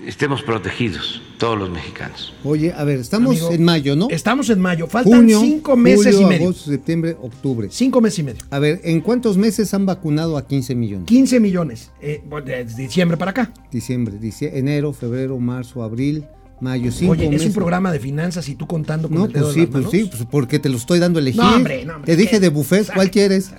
S6: estemos protegidos todos los mexicanos.
S2: Oye, a ver, estamos
S1: Amigo,
S2: en mayo, ¿no?
S1: Estamos en mayo. Faltan cinco meses
S2: julio,
S1: y medio.
S2: agosto, septiembre, octubre.
S1: Cinco meses y medio.
S2: A ver, ¿en cuántos meses han vacunado a 15 millones?
S1: 15 millones. eh, bueno, desde diciembre para acá.
S2: Diciembre, dicie- enero, febrero, marzo, abril, mayo, cinco
S1: Oye,
S2: meses.
S1: es un programa de finanzas y tú contando con
S2: No,
S1: el dedo
S2: pues
S1: de
S2: sí,
S1: las
S2: pues
S1: manos.
S2: sí, pues porque te lo estoy dando a elegir.
S1: No, hombre, no, hombre,
S2: te dije
S1: ¿qué?
S2: de buffet, ¿cuál
S1: Exacto,
S2: quieres?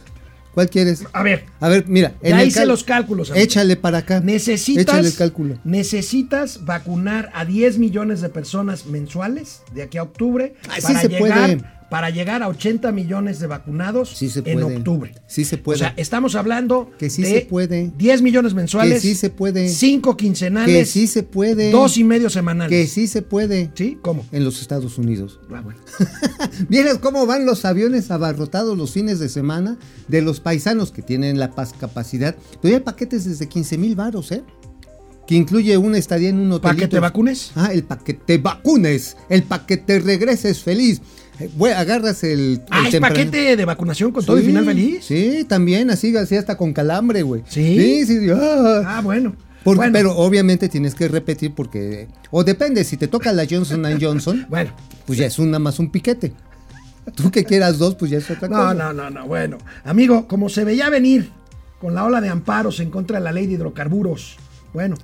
S2: ¿Cuál quieres?
S1: A ver.
S2: A ver, mira,
S1: Ya hice
S2: cal-
S1: los cálculos, amigo.
S2: Échale para acá.
S1: Necesitas,
S2: Échale el cálculo.
S1: necesitas vacunar a 10 millones de personas mensuales de aquí a octubre
S2: Ah, sí
S1: para,
S2: se
S1: llegar,
S2: puede.
S1: para llegar a 80 millones de vacunados
S2: Sí se
S1: en
S2: puede.
S1: octubre.
S2: Sí se puede.
S1: O sea, estamos hablando
S2: Que sí
S1: de
S2: se puede.
S1: 10 millones mensuales,
S2: Que sí se puede.
S1: 5 quincenales,
S2: Que sí se puede.
S1: dos y medio semanales.
S2: Que sí se puede.
S1: ¿Sí? ¿Cómo?
S2: En los Estados Unidos.
S1: Ah, bueno.
S2: ¿Vieras cómo van los aviones abarrotados los fines de semana de los paisanos que tienen la paz capacidad? Todavía hay paquetes desde 15 mil varos, ¿eh? Que incluye una estadía en un hotel.
S1: ¿Para que te vacunes?
S2: Ah, el paquete vacunes, el paquete regreses feliz. Eh, güey, agarras el,
S1: Ah,
S2: el
S1: es
S2: temprano.
S1: paquete de vacunación con todo y
S2: Sí,
S1: final feliz.
S2: Sí, también, así, así hasta con calambre, güey.
S1: ¿Sí?
S2: Sí, sí, sí, ah.
S1: Ah, bueno.
S2: Por-
S1: bueno,
S2: Pero obviamente tienes que repetir porque... O depende, si te toca la Johnson Johnson,
S1: bueno.
S2: pues ya es una más un piquete. Tú que quieras dos, pues ya es otra
S1: No,
S2: cosa.
S1: no, no, no. Bueno, amigo, como se veía venir con la ola de amparos en contra de la ley de hidrocarburos, bueno,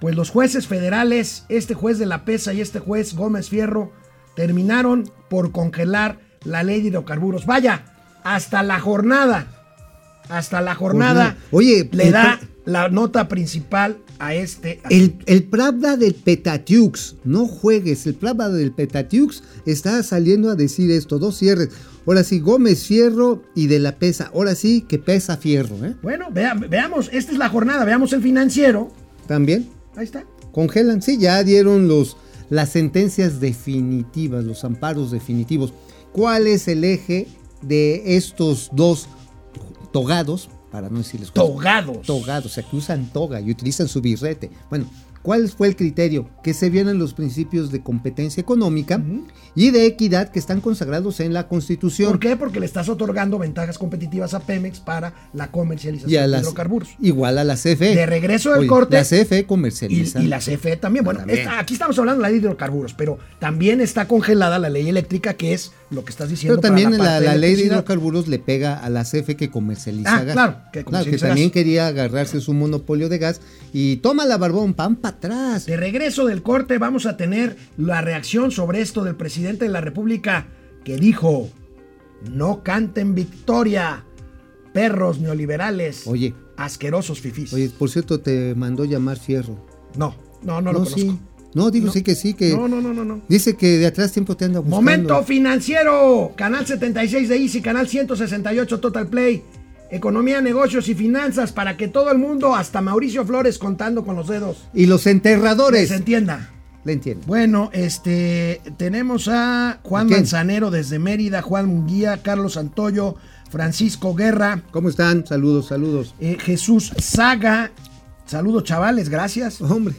S1: pues los jueces federales, este juez de la PESA y este juez Gómez Fierro, terminaron por congelar la ley de hidrocarburos. Vaya, hasta la jornada, hasta la jornada,
S2: Jornada. Pues Oye,
S1: le
S2: el-
S1: da la nota principal a este.
S2: El, el Pravda del Petatiux, no juegues, el Pravda del Petatiux está saliendo a decir esto, dos cierres. Ahora sí, Gómez Fierro y de la pesa. Ahora sí, que pesa Fierro, ¿eh?
S1: Bueno, vea- veamos, esta es la jornada, veamos el financiero.
S2: También
S1: Ahí está.
S2: congelan, sí, ya dieron los, las sentencias definitivas, los amparos definitivos. ¿Cuál es el eje de estos dos togados? Para no decirles
S1: Togados.
S2: togados, o sea, que usan toga y utilizan su birrete. Bueno, ¿Cuál fue el criterio? Que se violan los principios de competencia económica y de equidad que están consagrados en la Constitución.
S1: ¿Por qué? Porque le estás otorgando ventajas competitivas a Pemex para la comercialización
S2: Y a
S1: de
S2: las-
S1: hidrocarburos.
S2: Igual a la CFE.
S1: De regreso del
S2: Oye,
S1: corte.
S2: La CFE
S1: Y,
S2: comercializa.
S1: y la CFE también. Bueno,
S2: También.
S1: esta- aquí estamos hablando de la ley de hidrocarburos, pero también está congelada la ley eléctrica, que es lo que estás diciendo.
S2: Pero
S1: para
S2: también la,
S1: parte
S2: la ley de
S1: electricidad.
S2: hidrocarburos le pega a la CFE que comercializa
S1: Ah,
S2: gas.
S1: claro, que comercializa gas.
S2: también quería agarrarse su monopolio de gas y toma la barbón, pan para atrás.
S1: De regreso del corte vamos a tener la reacción sobre esto del presidente de la República que dijo, no canten victoria, perros neoliberales,
S2: Oye.
S1: asquerosos fifís.
S2: Oye, por cierto, te mandó llamar Fierro.
S1: no, no, no lo conozco.
S2: sí. No, digo
S1: No.
S2: sí que sí, que
S1: No, no, no, no, no.
S2: dice que de atrás tiempo te anda buscando.
S1: Momento financiero, canal 76 de Easy, canal 168 Total Play, economía, negocios y finanzas para que todo el mundo, hasta Mauricio Flores contando con los dedos,
S2: Y los enterradores.
S1: se entienda.
S2: Le entiendo.
S1: Bueno, este tenemos a Juan
S2: ¿Quién?
S1: Manzanero desde Mérida, Juan Munguía, Carlos Antoyo, Francisco Guerra,
S2: ¿Cómo están? Saludos, saludos.
S1: eh, Jesús Saga. Saludos, chavales, gracias.
S2: Hombre.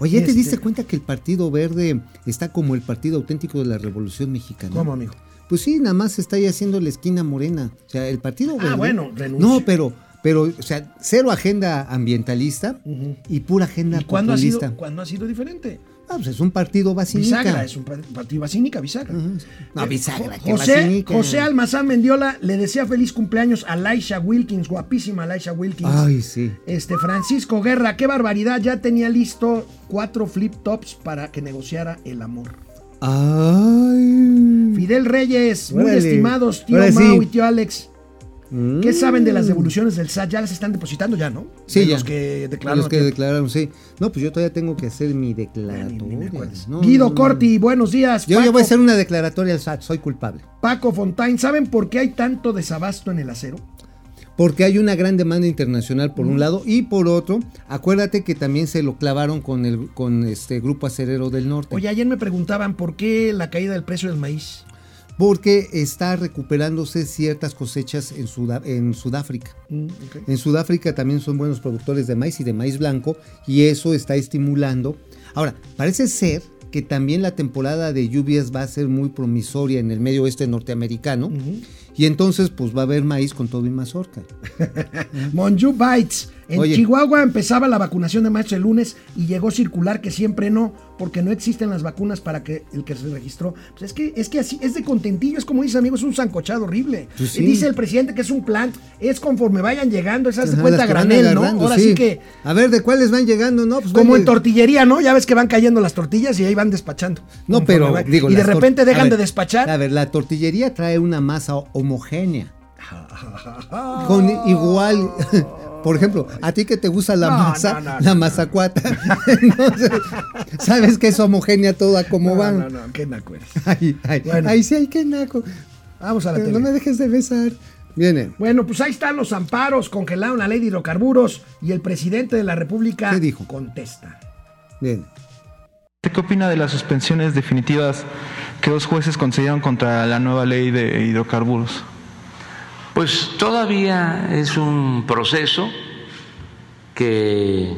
S2: Oye, ¿te
S1: Este-
S2: diste cuenta que el Partido Verde está como el partido auténtico de la Revolución Mexicana?
S1: ¿Cómo, amigo?
S2: Pues sí, nada más está ahí haciendo la esquina morena. O sea, el partido.
S1: Ah,
S2: Verde-
S1: bueno, renuncia.
S2: No, pero, pero, o sea, cero agenda ambientalista y pura agenda
S1: ¿Y cuándo ha, sido,
S2: populista.
S1: cuándo ha sido diferente?
S2: Ah, pues es un partido vacinica.
S1: Bisagra, es un pa- partido vacínica, bisagra. Eh,
S2: No, bisagra,
S1: Jo-
S2: que
S1: José,
S2: vacinica.
S1: José Almazán Mendiola le desea feliz cumpleaños a Laisha Wilkins, guapísima Laisha Wilkins.
S2: Ay, sí.
S1: Este Francisco Guerra, qué barbaridad, ya tenía listo cuatro flip tops para que negociara el amor.
S2: Ay.
S1: Fidel Reyes, muy
S2: Mm. Órale.
S1: estimados tío
S2: Ahora sí.
S1: Mau y tío Alex.
S2: Mm.
S1: ¿Qué saben de las devoluciones del SAT? Ya las están depositando ya, ¿no?
S2: Sí,
S1: De
S2: ya.
S1: Los que
S2: De
S1: declararon.
S2: Los que
S1: a tiempo.
S2: declararon, sí. No, pues yo todavía tengo que hacer
S1: Ya
S2: mi
S1: ni-
S2: declaratoria.
S1: ni me acuerdo.
S2: No,
S1: Guido
S2: no, no.
S1: Corti, buenos días.
S2: Yo
S1: Paco,
S2: ya voy a hacer una declaratoria al SAT, soy culpable.
S1: Paco Fontaine, ¿saben por qué hay tanto desabasto en el acero?
S2: Porque hay una gran demanda internacional por un lado y por otro, acuérdate que también se lo clavaron con el con este grupo acerero del norte.
S1: Oye, ayer me preguntaban por qué la caída del precio del maíz.
S2: Porque está recuperándose ciertas cosechas en, Suda- en Sudáfrica.
S1: Mm, ok.
S2: En Sudáfrica también son buenos productores de maíz y de maíz blanco y eso está estimulando. Ahora, parece ser que también la temporada de lluvias va a ser muy promisoria en el medio oeste norteamericano y entonces pues va a haber maíz con todo y mazorca.
S1: Mm. Monju Bites. En
S2: Oye.
S1: Chihuahua empezaba la vacunación de maestro el lunes y llegó circular que siempre no, porque no existen las vacunas para que el que se registró. Pues es que es que así es de contentillo, es como dice amigo, es un sancochado horrible.
S2: Pues sí.
S1: Dice el presidente que es un plan, es conforme vayan llegando, esas
S2: Ajá,
S1: de cuenta
S2: las que van
S1: granel, ¿no?
S2: agarrando,
S1: Ahora sí, que pues,
S2: A ver, ¿de cuáles van llegando? No, pues
S1: como
S2: ven-
S1: en tortillería, ¿no? Ya ves que van cayendo las tortillas y ahí van despachando.
S2: No,
S1: Conforme
S2: pero
S1: van.
S2: digo,
S1: y de
S2: las tor-
S1: repente
S2: a
S1: dejan
S2: ver,
S1: de despachar.
S2: A ver, la tortillería trae una masa homogénea. con igual, por ejemplo, a ti que te gusta la
S1: No,
S2: masa,
S1: no, no, no.
S2: la mazacuata, entonces, sabes que es homogénea toda como
S1: no,
S2: van.
S1: no, no, qué naco eres.
S2: Ay, ay,
S1: Bueno.
S2: ay, sí, ay, qué naco.
S1: Vamos a la
S2: Pero
S1: tele.
S2: no me dejes de besar. Viene.
S1: Bueno, pues ahí están los amparos, congelaron la ley de hidrocarburos y el presidente de la República
S2: ¿Qué dijo?
S1: contesta.
S2: Bien.
S7: ¿Qué opina de las suspensiones definitivas que los jueces concedieron contra la nueva ley de hidrocarburos?
S6: Pues todavía es un proceso que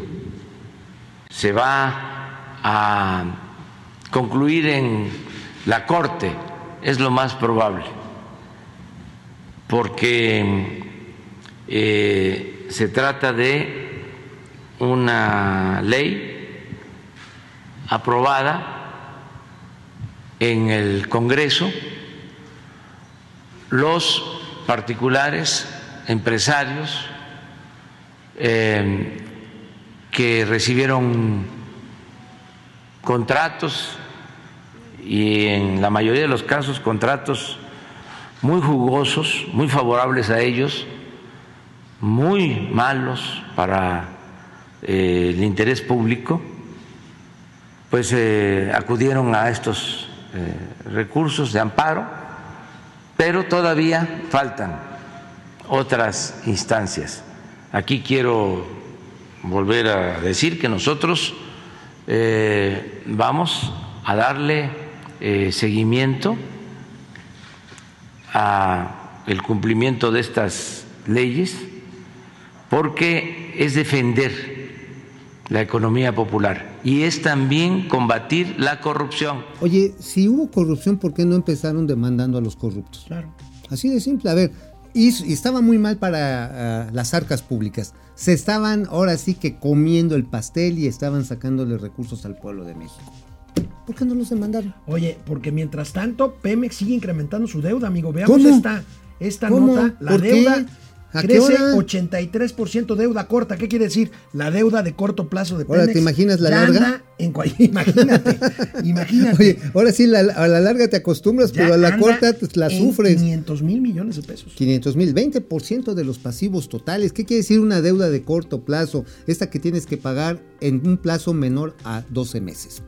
S6: se va a concluir en la Corte, es lo más probable, porque eh, se trata de una ley aprobada en el Congreso los particulares empresarios eh, que recibieron contratos y en la mayoría de los casos contratos muy jugosos, muy favorables a ellos, muy malos para eh, el interés público, pues eh, acudieron a estos eh, recursos de amparo pero todavía faltan otras instancias. Aquí quiero volver a decir que nosotros eh, vamos a darle eh, seguimiento a el cumplimiento de estas leyes porque es defender la economía popular y es también combatir la corrupción.
S2: Oye, si hubo corrupción, ¿por qué no empezaron demandando a los corruptos?
S1: Claro.
S2: Así de simple, a ver, hizo- y estaba muy mal para ah, las arcas públicas. Se estaban ahora sí que comiendo el pastel y estaban sacándole recursos al pueblo de México. ¿Por qué no los demandaron?
S1: Oye, porque mientras tanto, Pemex sigue incrementando su deuda, amigo. Veamos
S2: ¿Cómo?
S1: esta, esta
S2: ¿Cómo?
S1: nota. La
S2: ¿Por qué?
S1: deuda
S2: ¿A qué
S1: crece
S2: hora?
S1: 83% deuda corta. ¿Qué quiere decir? La deuda de corto plazo de
S2: Ahora,
S1: Pemex.
S2: ¿te imaginas la
S1: ya
S2: larga?
S1: anda en cua- imagínate, imagínate.
S2: Oye, ahora sí, la- a la larga te acostumbras,
S1: ya
S2: pero a la
S1: anda
S2: corta pues, la
S1: en
S2: sufres.
S1: 500 mil millones de pesos.
S2: 500 mil, 20% de los pasivos totales. ¿Qué quiere decir una deuda de corto plazo? Esta que tienes que pagar en un plazo menor a 12 meses.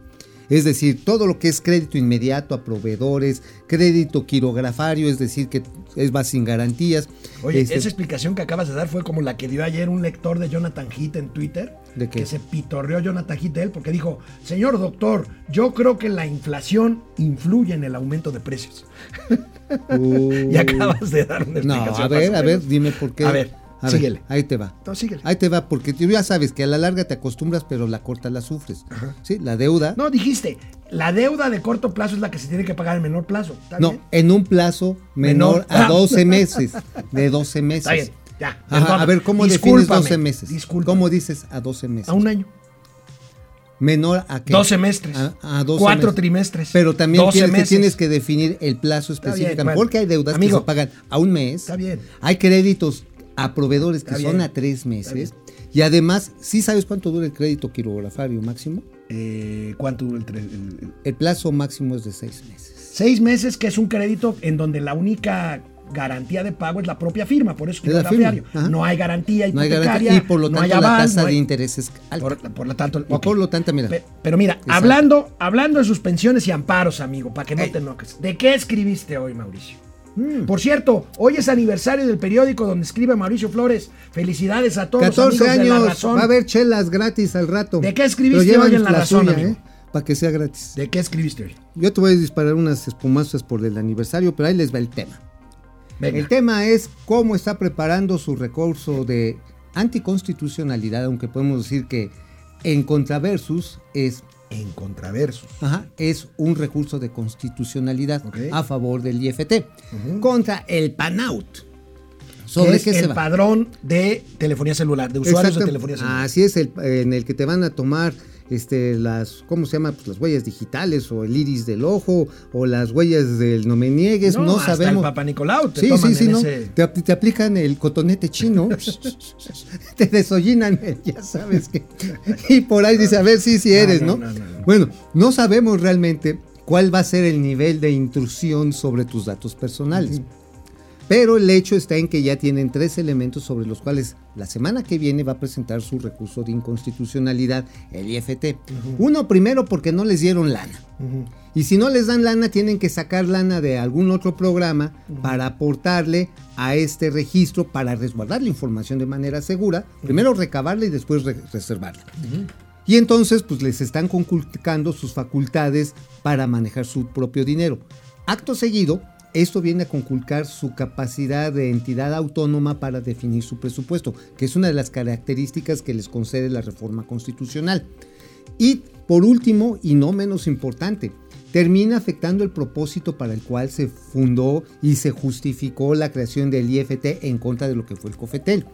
S2: Es decir, todo lo que es crédito inmediato a proveedores, crédito quirografario, es decir, que es, va sin garantías.
S1: Oye,
S2: Este,
S1: esa explicación que acabas de dar fue como la que dio ayer un lector de Jonathan Heath en Twitter.
S2: ¿De qué?
S1: Que se pitorreó Jonathan Heath de él porque dijo, señor doctor, yo creo que la inflación influye en el aumento de precios.
S2: uh,
S1: Y acabas de dar una
S2: No,
S1: explicación. más
S2: a ver,
S1: o
S2: a ver,
S1: menos.
S2: dime por qué.
S1: A ver, síguele.
S2: ahí te va.
S1: No, síguele.
S2: Ahí te va, porque tú ya sabes que a la larga te acostumbras, pero la corta la sufres. Sí, la deuda.
S1: No, dijiste, la deuda de corto plazo es la que se tiene que pagar en menor plazo. ¿Está
S2: No,
S1: bien?
S2: en un plazo
S1: Menor.
S2: menor
S1: Ah.
S2: a 12 meses. De 12 meses.
S1: Está bien, ya.
S2: Ajá,
S1: perdón.
S2: a ver, ¿cómo defines
S1: Discúlpame,
S2: 12 meses?
S1: discúlpame.
S2: ¿Cómo dices a 12 meses?
S1: A un año.
S2: Menor a qué?
S1: Dos semestres.
S2: A, a 12
S1: Cuatro
S2: meses.
S1: trimestres.
S2: Pero también
S1: Doce
S2: tienes, que
S1: meses.
S2: tienes que definir el plazo
S1: Está bien,
S2: específico.
S1: bueno.
S2: Porque hay deudas
S1: Amigo.
S2: que se pagan a un mes.
S1: Está bien.
S2: Hay créditos a proveedores que
S1: Está
S2: son
S1: bien.
S2: a tres
S1: bien.
S2: meses. Y además, ¿sí sabes cuánto dura el crédito quirografario máximo?
S1: Eh, ¿Cuánto dura el, tre- el- el-
S2: El plazo máximo es de seis meses.
S1: Seis meses, que es un crédito en donde la única garantía de pago es la propia firma, por eso
S2: Es la
S1: quirografiario.
S2: firma, ajá.
S1: No hay garantía
S2: No hay
S1: hipotecaria.
S2: garantía. Y por lo
S1: no
S2: tanto,
S1: hay
S2: la
S1: aval,
S2: tasa
S1: no hay-
S2: de interés es alta.
S1: Por, por lo tanto,
S2: Y
S1: ok.
S2: por lo tanto, mira.
S1: Pe- Pero mira,
S2: Exacto.
S1: hablando, hablando de suspensiones y amparos, amigo, para que no
S2: Ey. Mm.
S1: te enojes. ¿De qué escribiste hoy, Mauricio? Por cierto, hoy es aniversario del periódico donde escribe Mauricio Flores. Felicidades a todos los
S2: 14
S1: amigos de
S2: años.
S1: La Razón.
S2: Va a haber chelas gratis al rato.
S1: ¿De qué escribiste hoy en La Razón, amigo?
S2: Para ¿eh? que sea gratis.
S1: ¿De qué escribiste hoy?
S2: Yo te voy a disparar unas espumazas por el aniversario, pero ahí les va el tema.
S1: Venga.
S2: El tema es cómo está preparando su recurso de anticonstitucionalidad, aunque podemos decir que en contraversus es,
S1: En contraversos.
S2: ajá, es un recurso de constitucionalidad
S1: Ok.
S2: a favor del IFT contra el PANAUT. ¿Sobre
S1: es
S2: qué se
S1: el
S2: va?
S1: padrón de telefonía celular, de usuarios de
S2: Exacto. Ah,
S1: telefonía celular.
S2: Así es, el- en el que te van a tomar este, las, ¿cómo se llama? Pues las huellas digitales o el iris del ojo o las huellas del no me niegues, no,
S1: hasta
S2: sabemos.
S1: el Papa Nicolau te
S2: sí,
S1: toman
S2: sí, sí,
S1: en
S2: no.
S1: ese-
S2: Te, ap- te aplican el cotonete chino, te desollinan, eh, ya sabes que. Y por ahí dice, a ver si sí, eres,
S1: no,
S2: ¿no?
S1: no, no, no.
S2: Bueno, no sabemos realmente cuál va a ser el nivel de intrusión sobre tus datos personales. Pero el hecho está en que ya tienen tres elementos sobre los cuales la semana que viene va a presentar su recurso de inconstitucionalidad, el IFT. Uno primero porque no les dieron lana. Y si no les dan lana, tienen que sacar lana de algún otro programa para aportarle a este registro para resguardar la información de manera segura. Primero recabarla y después re- reservarla. Y entonces, pues les están conculcando sus facultades para manejar su propio dinero. Acto seguido, esto viene a conculcar su capacidad de entidad autónoma para definir su presupuesto, que es una de las características que les concede la reforma constitucional. Y por último, y no menos importante, termina afectando el propósito para el cual se fundó y se justificó la creación del IFT en contra de lo que fue el COFETEL.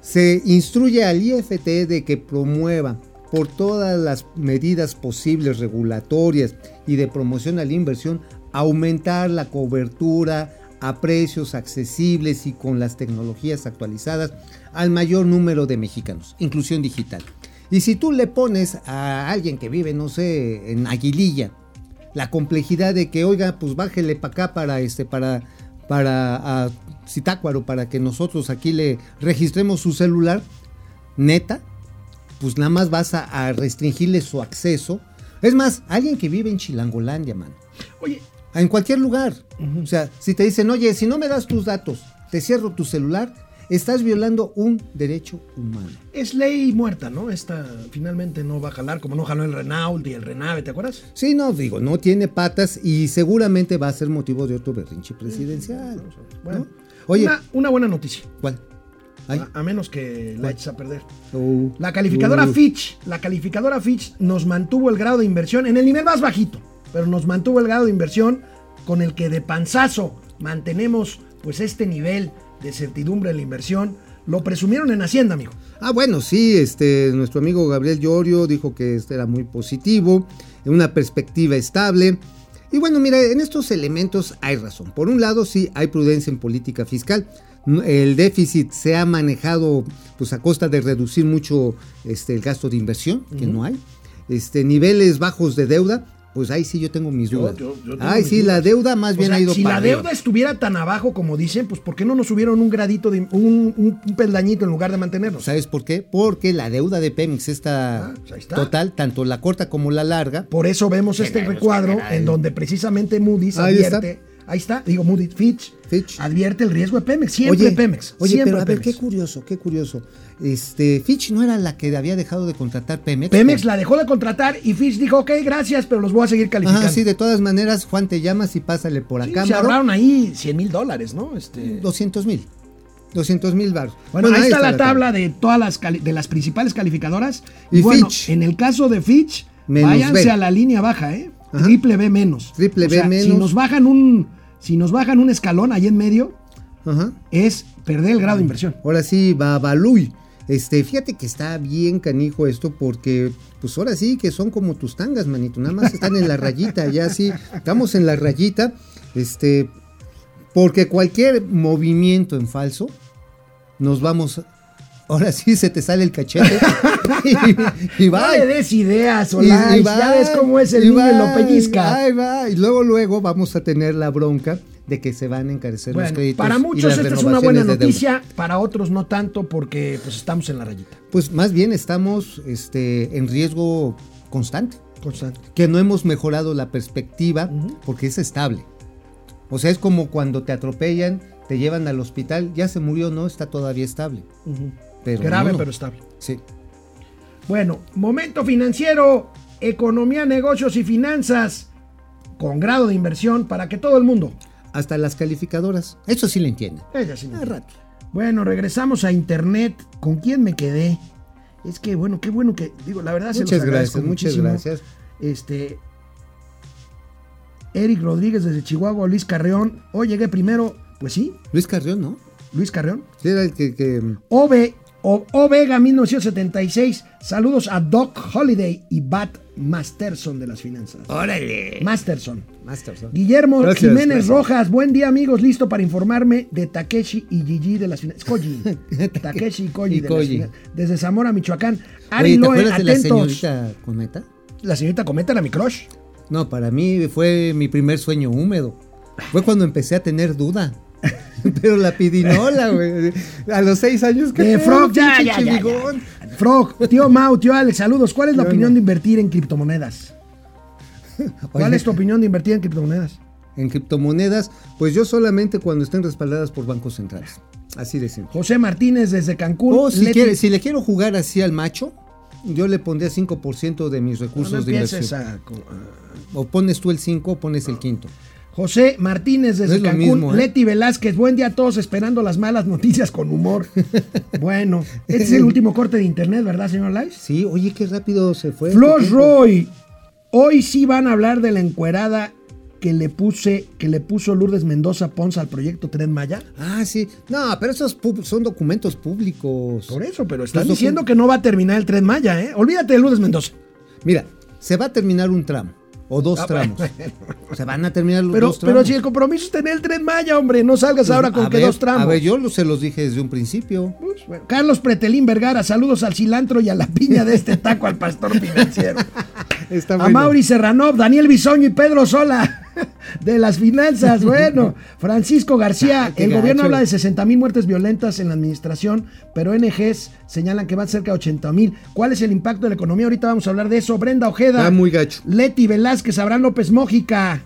S2: Se instruye al IFT de que promueva por todas las medidas posibles regulatorias y de promoción a la inversión, aumentar la cobertura a precios accesibles y con las tecnologías actualizadas al mayor número de mexicanos. Inclusión digital. Y si tú le pones a alguien que vive, no sé, en Aguililla, la complejidad de que, oiga, pues bájele para acá, para este, para, para a Zitácuaro, para que nosotros aquí le registremos su celular, neta, pues nada más vas a, a restringirle su acceso. Es más, alguien que vive en Chilangolandia, mano,
S1: Oye,
S2: en cualquier lugar. O sea, si te dicen, oye, si no me das tus datos, te cierro tu celular, estás violando un derecho humano.
S1: es ley muerta, ¿no? Esta finalmente no va a jalar, como no jaló el Renault y el Renave, ¿te acuerdas?
S2: Sí, no, digo, no tiene patas y seguramente va a ser motivo de otro berrinche presidencial.
S1: Bueno,
S2: ¿no? Oye,
S1: una, una buena noticia.
S2: ¿cuál? Ay.
S1: A, a menos que la eches a perder.
S2: Uh,
S1: La calificadora
S2: uh.
S1: Fitch, la calificadora Fitch nos mantuvo el grado de inversión en el nivel más bajito, pero nos mantuvo el grado de inversión con el que de panzazo mantenemos pues este nivel de certidumbre en la inversión. Lo presumieron en Hacienda, amigo.
S2: Ah, bueno, sí, este, nuestro amigo Gabriel Llorio dijo que este era muy positivo, en una perspectiva estable. Y bueno, mira, en estos elementos hay razón. Por un lado, sí, hay prudencia en política fiscal. No- El déficit se ha manejado pues, a costa de reducir mucho este, el gasto de inversión, que no hay. Este, niveles bajos de deuda, pues ahí sí yo tengo mis
S1: Yo-
S2: dudas.
S1: yo- yo tengo
S2: Ay,
S1: mis
S2: sí, la
S1: dudas.
S2: deuda más
S1: O
S2: bien
S1: sea,
S2: ha ido
S1: si
S2: para
S1: la
S2: arriba.
S1: deuda estuviera tan abajo como dicen, pues ¿por qué no nos subieron un gradito de un, un- un peldañito en lugar de mantenernos?
S2: ¿Sabes por qué? Porque la deuda de Pemex está,
S1: Ah, pues ahí está.
S2: total, tanto la corta como la larga.
S1: Por eso vemos este recuadro en donde precisamente Moody's
S2: Ahí está.
S1: advierte, ahí está, digo Moody's, Fitch,
S2: Fitch.
S1: advierte el riesgo de Pemex, siempre Pemex.
S2: Oye,
S1: siempre
S2: pero a ver,
S1: Pemex.
S2: qué curioso, qué curioso. Este, Fitch no era la que había dejado de contratar Pemex.
S1: Pemex la dejó de contratar y Fitch dijo, ok, gracias, pero los voy a seguir calificando.
S2: Ajá, sí, de todas maneras, Juan, te llamas y pásale por
S1: Sí,
S2: acá.
S1: se
S2: Maro.
S1: ahorraron ahí 100 mil dólares, ¿no? Este...
S2: 200 mil. 200 mil baros.
S1: Bueno, ahí, está, la tabla de todas las cali- de las principales calificadoras. Y,
S2: Y
S1: bueno,
S2: Fitch.
S1: en el caso de Fitch,
S2: Menos
S1: váyanse
S2: B.
S1: a la línea baja, ¿eh?
S2: Ajá.
S1: Triple B menos.
S2: Triple
S1: O
S2: B
S1: sea, Si
S2: menos.
S1: nos bajan un, si nos bajan un escalón ahí en medio,
S2: Ajá.
S1: es perder el grado de inversión.
S2: Ahora sí, Babaluy. Este, fíjate que está bien canijo esto porque, pues ahora sí que son como tus tangas, manito. Nada más están en la rayita, ya sí. Estamos en la rayita. Este, porque cualquier movimiento en falso, nos vamos. Ahora sí se te sale el cachete. y, y
S1: No
S2: bye.
S1: le des ideas,
S2: Y- y
S1: Solais, ya
S2: bye,
S1: ves cómo es el
S2: y
S1: niño y lo
S2: bye,
S1: pellizca.
S2: bye, bye. Y luego, luego vamos a tener la bronca de que se van a encarecer los
S1: Bueno,
S2: créditos.
S1: para
S2: y
S1: muchos
S2: las
S1: esta es una buena
S2: renovaciones de deuda.
S1: noticia, para otros no tanto porque pues estamos en la rayita
S2: Pues más bien estamos este, en riesgo constante,
S1: constante.
S2: que no hemos mejorado la perspectiva porque es estable. O sea, es como cuando te atropellan, te llevan al hospital, ya se murió, no, está todavía estable. Pero
S1: Grave
S2: no, no.
S1: pero estable.
S2: Sí.
S1: Bueno, momento financiero, economía, negocios y finanzas con grado de inversión para que todo el mundo.
S2: Hasta las calificadoras, eso sí le entienden.
S1: Ella sí me-
S2: A rato.
S1: Bueno, regresamos a internet. ¿Con quién me quedé? Es que bueno, qué bueno que digo, la verdad se los
S2: Muchas
S1: agradezco
S2: gracias, muchas
S1: muchísimo.
S2: gracias.
S1: Este Eric Rodríguez desde Chihuahua, Luis Carreón. Hoy llegué primero, pues sí,
S2: Luis Carrión, ¿no?
S1: Luis Carreón.
S2: Sí, era el que... que-
S1: Ove, o- Ovega 1976. Saludos a Doc Holiday y Bat Masterson de las finanzas.
S2: ¡Órale!
S1: Masterson.
S2: Masters, ¿no?
S1: Guillermo
S2: Gracias,
S1: Jiménez
S2: gracias.
S1: Rojas, buen día amigos, listo para informarme de Takeshi y Gigi de las finanzas. Koji. Takeshi y Koji
S2: Y
S1: de las
S2: Koji.
S1: finan- Desde Zamora, Michoacán. Ari
S2: Oye, ¿te
S1: Loe,
S2: acuerdas de la
S1: atentos.
S2: señorita Cometa?
S1: la señorita Cometa era mi crush.
S2: No, para mí fue mi primer sueño húmedo. Fue cuando empecé a tener duda. Pero la pidinola, güey. A los seis años que
S1: De Frog, ya, ya, ya, ya. Frog, tío Mau, tío Alex, saludos. ¿Cuál es la
S2: Yo
S1: opinión
S2: no.
S1: de invertir en criptomonedas? ¿Cuál es tu opinión de invertir en criptomonedas?
S2: En criptomonedas, pues yo solamente cuando estén respaldadas por bancos centrales. Así de simple.
S1: José Martínez desde Cancún.
S2: O si,
S1: Leti-
S2: Oh, quiere- si le quiero jugar así al macho, yo le pondría 5% de mis
S1: No, no
S2: recursos de
S1: empieces
S2: inversión.
S1: a- con- a-
S2: O pones tú el 5 o pones el quinto.
S1: José Martínez desde
S2: No es lo
S1: Cancún.
S2: mismo, ¿eh?
S1: Leti Velázquez, buen día a todos esperando las malas noticias con humor. bueno, este es el último corte de internet, ¿verdad, señor Lives?
S2: Sí, oye, qué rápido se fue.
S1: Flor
S2: Qué tiempo.
S1: Roy, hoy sí van a hablar de la encuerada que le puse, que le puso Lourdes Mendoza Ponza al proyecto Tren Maya.
S2: Ah, sí. No, pero esos pub- son documentos públicos.
S1: Por eso, pero están
S2: Los docu-
S1: diciendo que no va a terminar el Tren Maya, ¿eh? Olvídate de Lourdes Mendoza.
S2: Mira, se va a terminar un tramo o dos
S1: Ah,
S2: tramos. Se van a terminar los
S1: Pero,
S2: dos tramos. Pues,
S1: pero si el compromiso es tener el Tren Malla, hombre, no salgas ahora con
S2: A
S1: que
S2: ver,
S1: dos tramos.
S2: A ver, yo lo- se los dije desde un principio.
S1: Pues, bueno. Carlos Pretelín Vergara, saludos al cilantro y a la piña de este taco al pastor financiero.
S2: Está
S1: A Mauri Serranov, Daniel Bisoño y Pedro Sola de las finanzas. Bueno, Francisco García,
S2: Ay, Ah, qué
S1: el gobierno
S2: gacho.
S1: habla de 60 mil muertes violentas en la administración, pero NGs señalan que van cerca de 80 mil. ¿Cuál es el impacto de la economía? Ahorita vamos a hablar de eso. Brenda Ojeda,
S2: Está muy gacho.
S1: Leti Velázquez, Abraham López Mójica,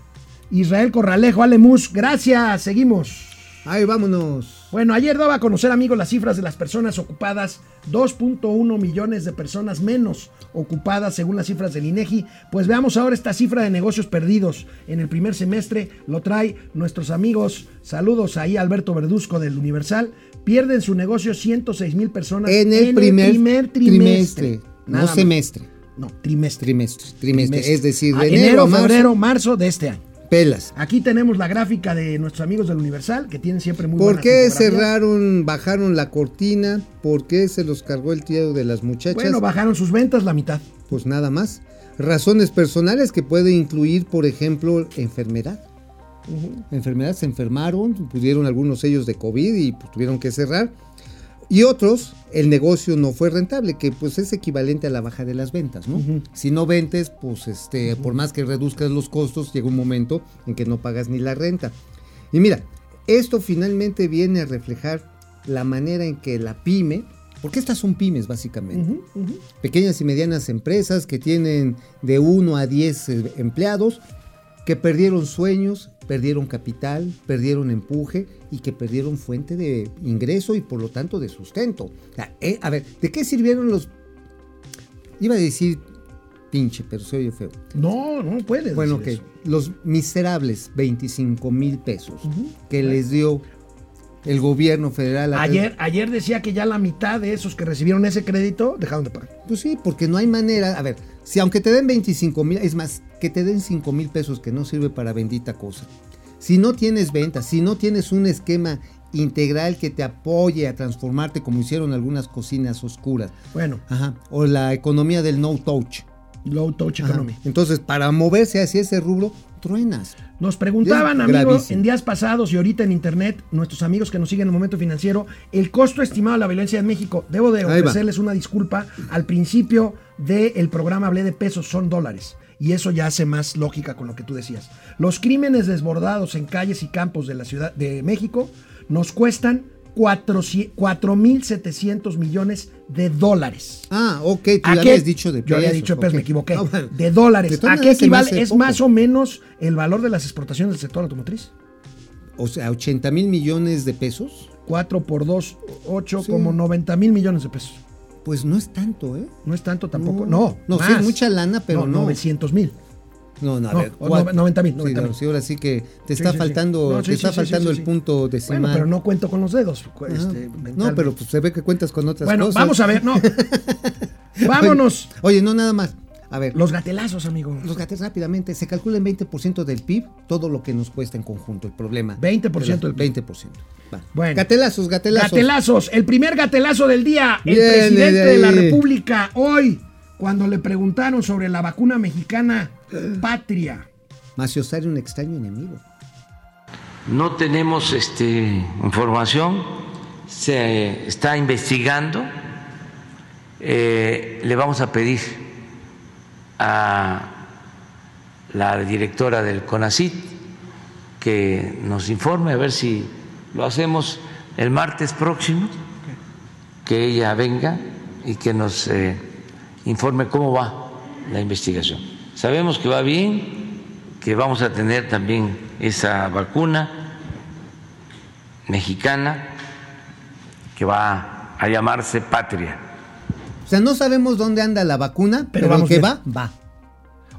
S1: Israel Corralejo, Alemus. Gracias, seguimos.
S2: Ay, vámonos.
S1: Bueno, ayer daba a conocer, amigos, las cifras de las personas ocupadas 2.1 millones de personas menos ocupadas según las cifras del INEGI. Pues veamos ahora esta cifra de negocios perdidos en el primer semestre. Lo trae nuestros amigos. Saludos ahí Alberto Verduzco del Universal. Pierden su negocio 106 mil personas
S2: En el primer, trimestre, no
S1: Nada más.
S2: semestre,
S1: No, trimestre.
S2: trimestre, trimestre, es decir,
S1: Ah,
S2: de enero, a marzo,
S1: febrero, marzo de este año.
S2: pelas.
S1: Aquí tenemos la gráfica de nuestros amigos del Universal, que tienen siempre muy
S2: ¿Por
S1: buenas
S2: qué
S1: infografías.
S2: cerraron, bajaron la cortina? ¿Por qué se los cargó el tío de las muchachas?
S1: Bueno, bajaron sus ventas la mitad.
S2: Pues nada más. Razones personales que puede incluir, por ejemplo, enfermedad. Enfermedad, se enfermaron, pudieron algunos ellos de COVID y pues, tuvieron que cerrar. Y otros, el negocio no fue rentable, que pues es equivalente a la baja de las ventas, ¿no? Si no vendes, pues este, por más que reduzcas los costos, llega un momento en que no pagas ni la renta. Y mira, esto finalmente viene a reflejar la manera en que la pyme, porque estas son pymes básicamente, pequeñas y medianas empresas que tienen de 1 a 10 eh, empleados, que perdieron sueños, perdieron capital, perdieron empuje y que perdieron fuente de ingreso y por lo tanto de sustento. O sea, eh, a ver, ¿de qué sirvieron los... Iba a decir pinche, pero se oye feo.
S1: No, no puedes.
S2: Bueno,
S1: decir
S2: que los miserables 25 mil pesos que les dio el gobierno federal
S1: eso.
S2: a
S1: Ayer, ayer decía que ya la mitad de esos que recibieron ese crédito dejaron de pagar.
S2: Pues sí, porque no hay manera. A ver, si aunque te den 25 mil, es más, que te den 5 mil pesos que no sirve para bendita cosa. Si no tienes ventas, si no tienes un esquema integral que te apoye a transformarte como hicieron algunas cocinas oscuras.
S1: Bueno,
S2: Ajá. O la economía del no touch.
S1: low touch
S2: Ajá.
S1: economy.
S2: Entonces, para moverse hacia ese rubro, truenas.
S1: Nos preguntaban,
S2: Es
S1: amigos,
S2: gravísimo.
S1: en días pasados y ahorita en internet, nuestros amigos que nos siguen en el momento financiero, el costo estimado de la violencia en México. Debo de
S2: va.
S1: ofrecerles una disculpa. Al principio del programa hablé de pesos, son dólares. Y eso ya hace más lógica con lo que tú decías. Los crímenes desbordados en calles y campos de la Ciudad de México nos cuestan 400 4.700 millones de dólares.
S2: Ah, ok, tú
S1: ¿A
S2: ya
S1: qué?
S2: habías dicho de
S1: Yo había
S2: pesos,
S1: dicho de pesos,
S2: ok.
S1: me equivoqué.
S2: Ah, bueno.
S1: De dólares.
S2: todas
S1: ¿A qué
S2: maneras, se me
S1: equivale?
S2: hace
S1: Es
S2: poco.
S1: más o menos el valor de las exportaciones del sector automotriz.
S2: O sea, 80 mil millones de pesos.
S1: 4 por 2, 8,
S2: Sí.
S1: como 90 mil millones de pesos.
S2: Pues no es tanto, ¿eh?
S1: No es tanto tampoco. No,
S2: No, sí es mucha lana, pero no.
S1: 900 mil.
S2: No, no, a
S1: No,
S2: ver.
S1: o no-
S2: cuatro.
S1: 90,000,
S2: Sí,
S1: 90,000.
S2: no, sí, ahora sí que
S1: Sí,
S2: te está
S1: sí, sí.
S2: faltando,
S1: No, sí,
S2: te
S1: sí,
S2: está
S1: sí,
S2: faltando
S1: sí,
S2: el
S1: sí.
S2: punto decimal.
S1: Bueno, pero no cuento con los dedos.
S2: Ajá.
S1: este,
S2: no,
S1: mentalmente.
S2: pero pues, se ve que cuentas con otras
S1: Bueno,
S2: cosas.
S1: vamos a ver, no. Vámonos.
S2: Oye, no nada más. A ver, los,
S1: Los gatelazos, amigo.
S2: gates rápidamente. Se calcula en 20% del PIB todo lo que nos cuesta en conjunto el problema.
S1: 20% del PIB.
S2: 20%. Va.
S1: Bueno.
S2: Gatelazos, gatelazos.
S1: Gatelazos, el primer gatelazo del día. El
S2: Viene de
S1: presidente de, la
S2: ahí.
S1: República hoy, cuando le preguntaron sobre la vacuna mexicana patria.
S2: Maciosar un extraño enemigo.
S6: No tenemos este, información, se está investigando. Eh, le vamos a pedir a la directora del CONACIT que nos informe, a ver si lo hacemos el martes próximo, que ella venga y que nos eh, informe cómo va la investigación. Sabemos que va bien, que vamos a tener también esa vacuna mexicana que va a llamarse patria.
S2: O sea, no sabemos dónde anda la vacuna,
S1: Pero
S2: pero,
S1: vamos
S2: que
S1: bien.
S2: va, va.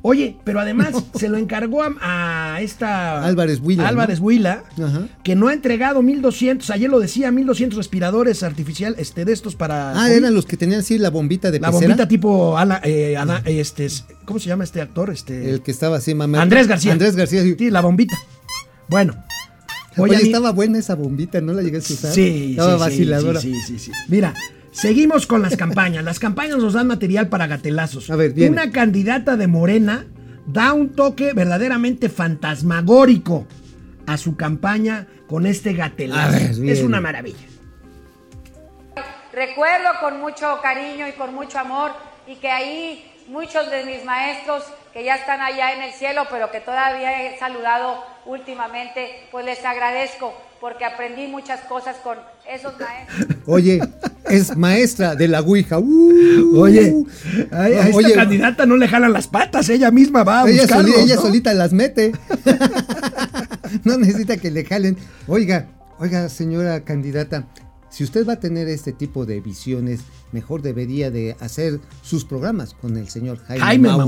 S1: Oye, pero además se lo encargó a, a esta
S2: Álvarez Huila, ¿no?
S1: Álvarez Huila,
S2: Ajá.
S1: que no ha entregado 1200, ayer lo decía, 1200 respiradores artificiales este, de estos para
S2: Ah,
S1: COVID.
S2: eran los que tenían así la bombita de
S1: la
S2: pecera.
S1: bombita tipo Ala- eh, Ana- este es- ¿cómo se llama este actor? Este
S2: El que estaba así, mamá.
S1: Andrés García.
S2: Andrés García. sí.
S1: Sí, la bombita. Bueno.
S2: Oye,
S1: a mí-
S2: estaba buena esa bombita, ¿no la llegaste a usar?
S1: Sí,
S2: estaba
S1: sí, sí,
S2: vaciladora.
S1: Sí, sí, sí, sí. Mira, seguimos con las campañas. Las campañas nos dan material para gatelazos.
S2: A ver, viene.
S1: Una candidata de Morena da un toque verdaderamente fantasmagórico a su campaña con este
S2: A
S1: gatelazo.
S2: ver,
S1: es
S2: viene.
S1: una maravilla.
S8: recuerdo con mucho cariño y con mucho amor y que ahí muchos de mis maestros que ya están allá en el cielo, pero que todavía he saludado últimamente, pues les agradezco porque aprendí muchas cosas con esos maestros.
S2: Oye, es maestra de la Ouija. Uh,
S1: Oye, a, a esta
S2: Oye,
S1: candidata no le jalan las patas, ella misma va a
S2: este- ella,
S1: buscarlos,
S2: soli- ella
S1: ¿no?
S2: solita las mete. no necesita que le jalen. Oiga, oiga, señora candidata, Si usted va a tener este tipo de visiones, mejor debería de hacer sus programas con el señor Jaime,
S1: Jaime
S2: Maussan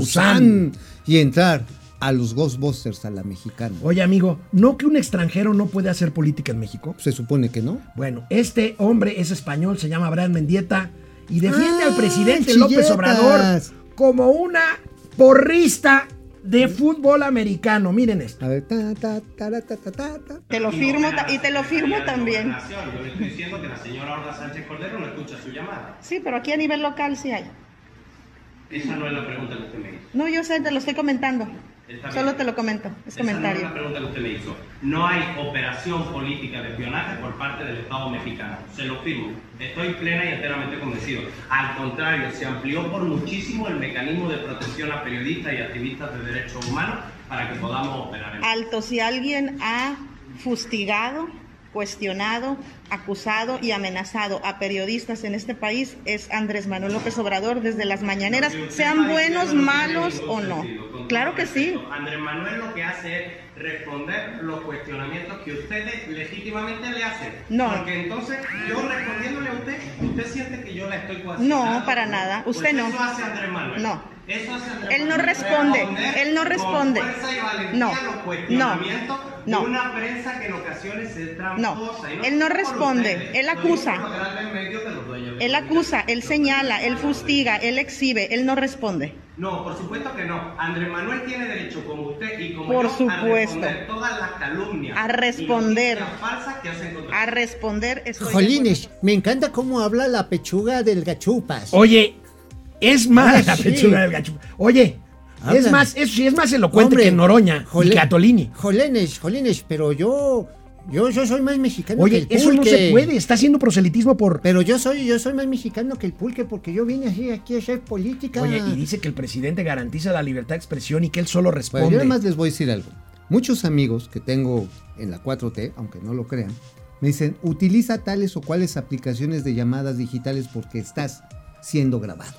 S1: Maussan.
S2: y entrar a los Ghostbusters a la mexicana.
S1: Oye, amigo, ¿no que un extranjero no puede hacer política en México?
S2: Se supone que no.
S1: Bueno, este hombre es español, se llama Abraham Mendieta y defiende
S9: Ah,
S1: al presidente López
S2: chilletas.
S1: Obrador como una porrista de fútbol americano. Miren esto.
S2: A ver, ta, ta, ta, ta, ta, ta, ta.
S10: Te lo firmo ta- y te lo firmo también.
S11: Yo le estoy diciendo que la señora Olga Sánchez Cordero no escucha su llamada.
S10: Sí, pero aquí a nivel local sí hay.
S11: Esa no es la pregunta que usted me hizo.
S10: No, yo sé, te lo estoy comentando.
S11: Está bien.
S10: Solo te lo comento, es
S11: Esa no es
S10: comentario.
S11: la pregunta que usted me hizo. No hay operación política de espionaje por parte del Estado mexicano. Se lo firmo. Estoy plena y enteramente convencido. Al contrario, se amplió por muchísimo el mecanismo de protección a periodistas y activistas de derechos humanos para que podamos operar. en-
S10: Alto, si alguien ha fustigado, cuestionado, acusado y amenazado a periodistas en este país es Andrés Manuel López Obrador desde las mañaneras, sean buenos, malos o no. Claro que sí.
S11: Andrés Manuel lo que hace es responder los cuestionamientos que ustedes legítimamente le hacen.
S10: No.
S11: Porque entonces yo respondiéndole a usted, usted siente que yo la estoy coaccionando.
S10: No, para nada. Usted no.
S11: Eso hace Andrés Manuel.
S10: No.
S11: Eso hace Andrés
S10: Él no
S11: Manuel.
S10: responde,
S11: Responder
S10: él no
S11: con
S10: responde.
S11: fuerza y valentía
S10: No,
S11: los
S10: no,
S11: cuestionamientos de
S10: no.
S11: una prensa que en ocasiones es tramposa. Y
S10: él no
S11: por
S10: responde,
S11: ustedes,
S10: él
S11: lo digo
S10: acusa.
S11: por hablarle en medio de los dueños de
S10: Él
S11: la
S10: acusa, él señala, él fustiga, él exhibe, él no responde.
S11: No, por supuesto que no. Andrés Manuel tiene derecho, como usted y como
S10: Por
S11: yo, a
S10: supuesto.
S11: responder todas las calumnias.
S10: A responder.
S11: y noticias falsas que hacen contra
S10: A responder estoy de
S9: Jolines, me encanta cómo habla la pechuga del gachupas.
S1: Oye, es más
S9: Ah,
S1: la
S9: sí.
S1: pechuga del gacho. Oye,
S9: Habla.
S1: es más, eso sí es más elocuente
S9: Hombre,
S1: que Noroña
S9: jole-
S1: y Catolini.
S9: Jolines, jolines, pero yo, yo, yo soy más mexicano
S1: Oye,
S9: que el
S1: eso no
S9: pulque.
S1: se puede, está haciendo proselitismo por
S9: Pero yo soy, yo soy más mexicano que el pulque porque yo vine así aquí a hacer política.
S1: Oye, y dice que el presidente garantiza la libertad de expresión y que él solo
S9: Pues
S2: Bueno, yo
S1: responde.
S2: nada más les voy a decir algo. Muchos amigos que tengo en la 4T, aunque no lo crean, me dicen, utiliza tales o cuales aplicaciones de llamadas digitales porque estás siendo grabado.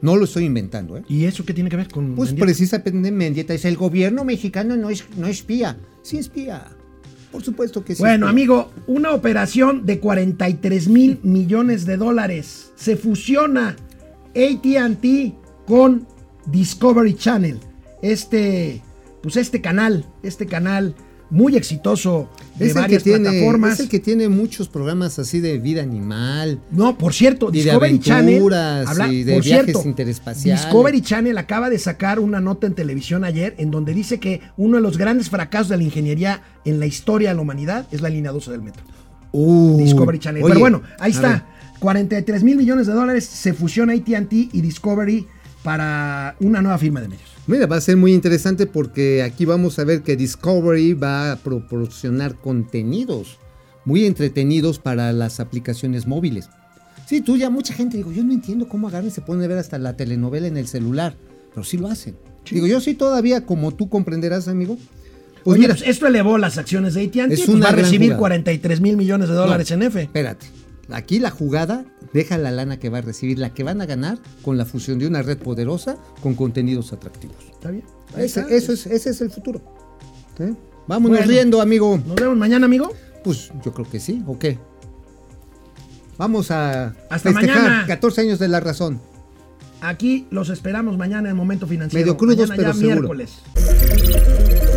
S2: No lo estoy inventando, ¿eh?
S1: ¿Y eso qué tiene que ver con
S2: Pues
S1: Mendieta?
S2: precisamente Mendieta dice, el gobierno mexicano no, es, no espía. Sí espía. Por supuesto que sí.
S1: Bueno,
S2: espía.
S1: amigo, una operación de 43 mil millones de dólares. Se fusiona ATT con Discovery Channel. Este, pues este canal, este canal muy exitoso de
S2: Es el, que
S1: varias
S2: tiene,
S1: plataformas.
S2: es el que tiene muchos programas así de vida animal.
S1: No, por cierto,
S2: Y de
S1: Discovery Channel.
S2: aventuras y de viajes interespaciales.
S1: Discovery Channel acaba de sacar una nota en televisión ayer en donde dice que uno de los grandes fracasos de la ingeniería en la historia de la humanidad es la línea 12 del metro.
S2: Uh,
S1: Discovery Channel.
S2: oye,
S1: Pero bueno, ahí
S2: a
S1: está.
S2: ver.
S1: 43 mil millones de dólares se fusiona ATT y Discovery para una nueva firma de medios.
S2: Mira, va a ser muy interesante porque aquí vamos a ver que Discovery va a proporcionar contenidos muy entretenidos para las aplicaciones móviles. Sí, tú ya mucha gente digo, yo no entiendo cómo agarran y se ponen a ver hasta la telenovela en el celular, pero sí lo hacen. Digo, yo sí todavía, como tú comprenderás, amigo. Pues
S1: Oye,
S2: mira,
S1: pues esto elevó las acciones de ATT,
S2: Es
S1: pues
S2: una
S1: va a
S2: gran
S1: recibir
S2: jugada.
S1: 43 mil millones de dólares en F.
S2: espérate. Aquí la jugada deja la lana que va a recibir, la que van a ganar con la fusión de una red poderosa con contenidos atractivos.
S1: ¿Está bien? Ahí
S2: Ese,
S1: está.
S2: eso es, ese es el futuro. ¿Sí? Vámonos
S1: Bueno.
S2: riendo, amigo.
S1: Nos vemos mañana, amigo.
S2: Pues yo creo que sí, ¿o qué? Vamos a
S1: Hasta mañana.
S2: 14 años de la razón.
S1: Aquí los esperamos mañana en Momento Financiero.
S2: Medio crudos,
S1: Mañana
S2: pero
S1: ya
S2: seguro.
S1: miércoles.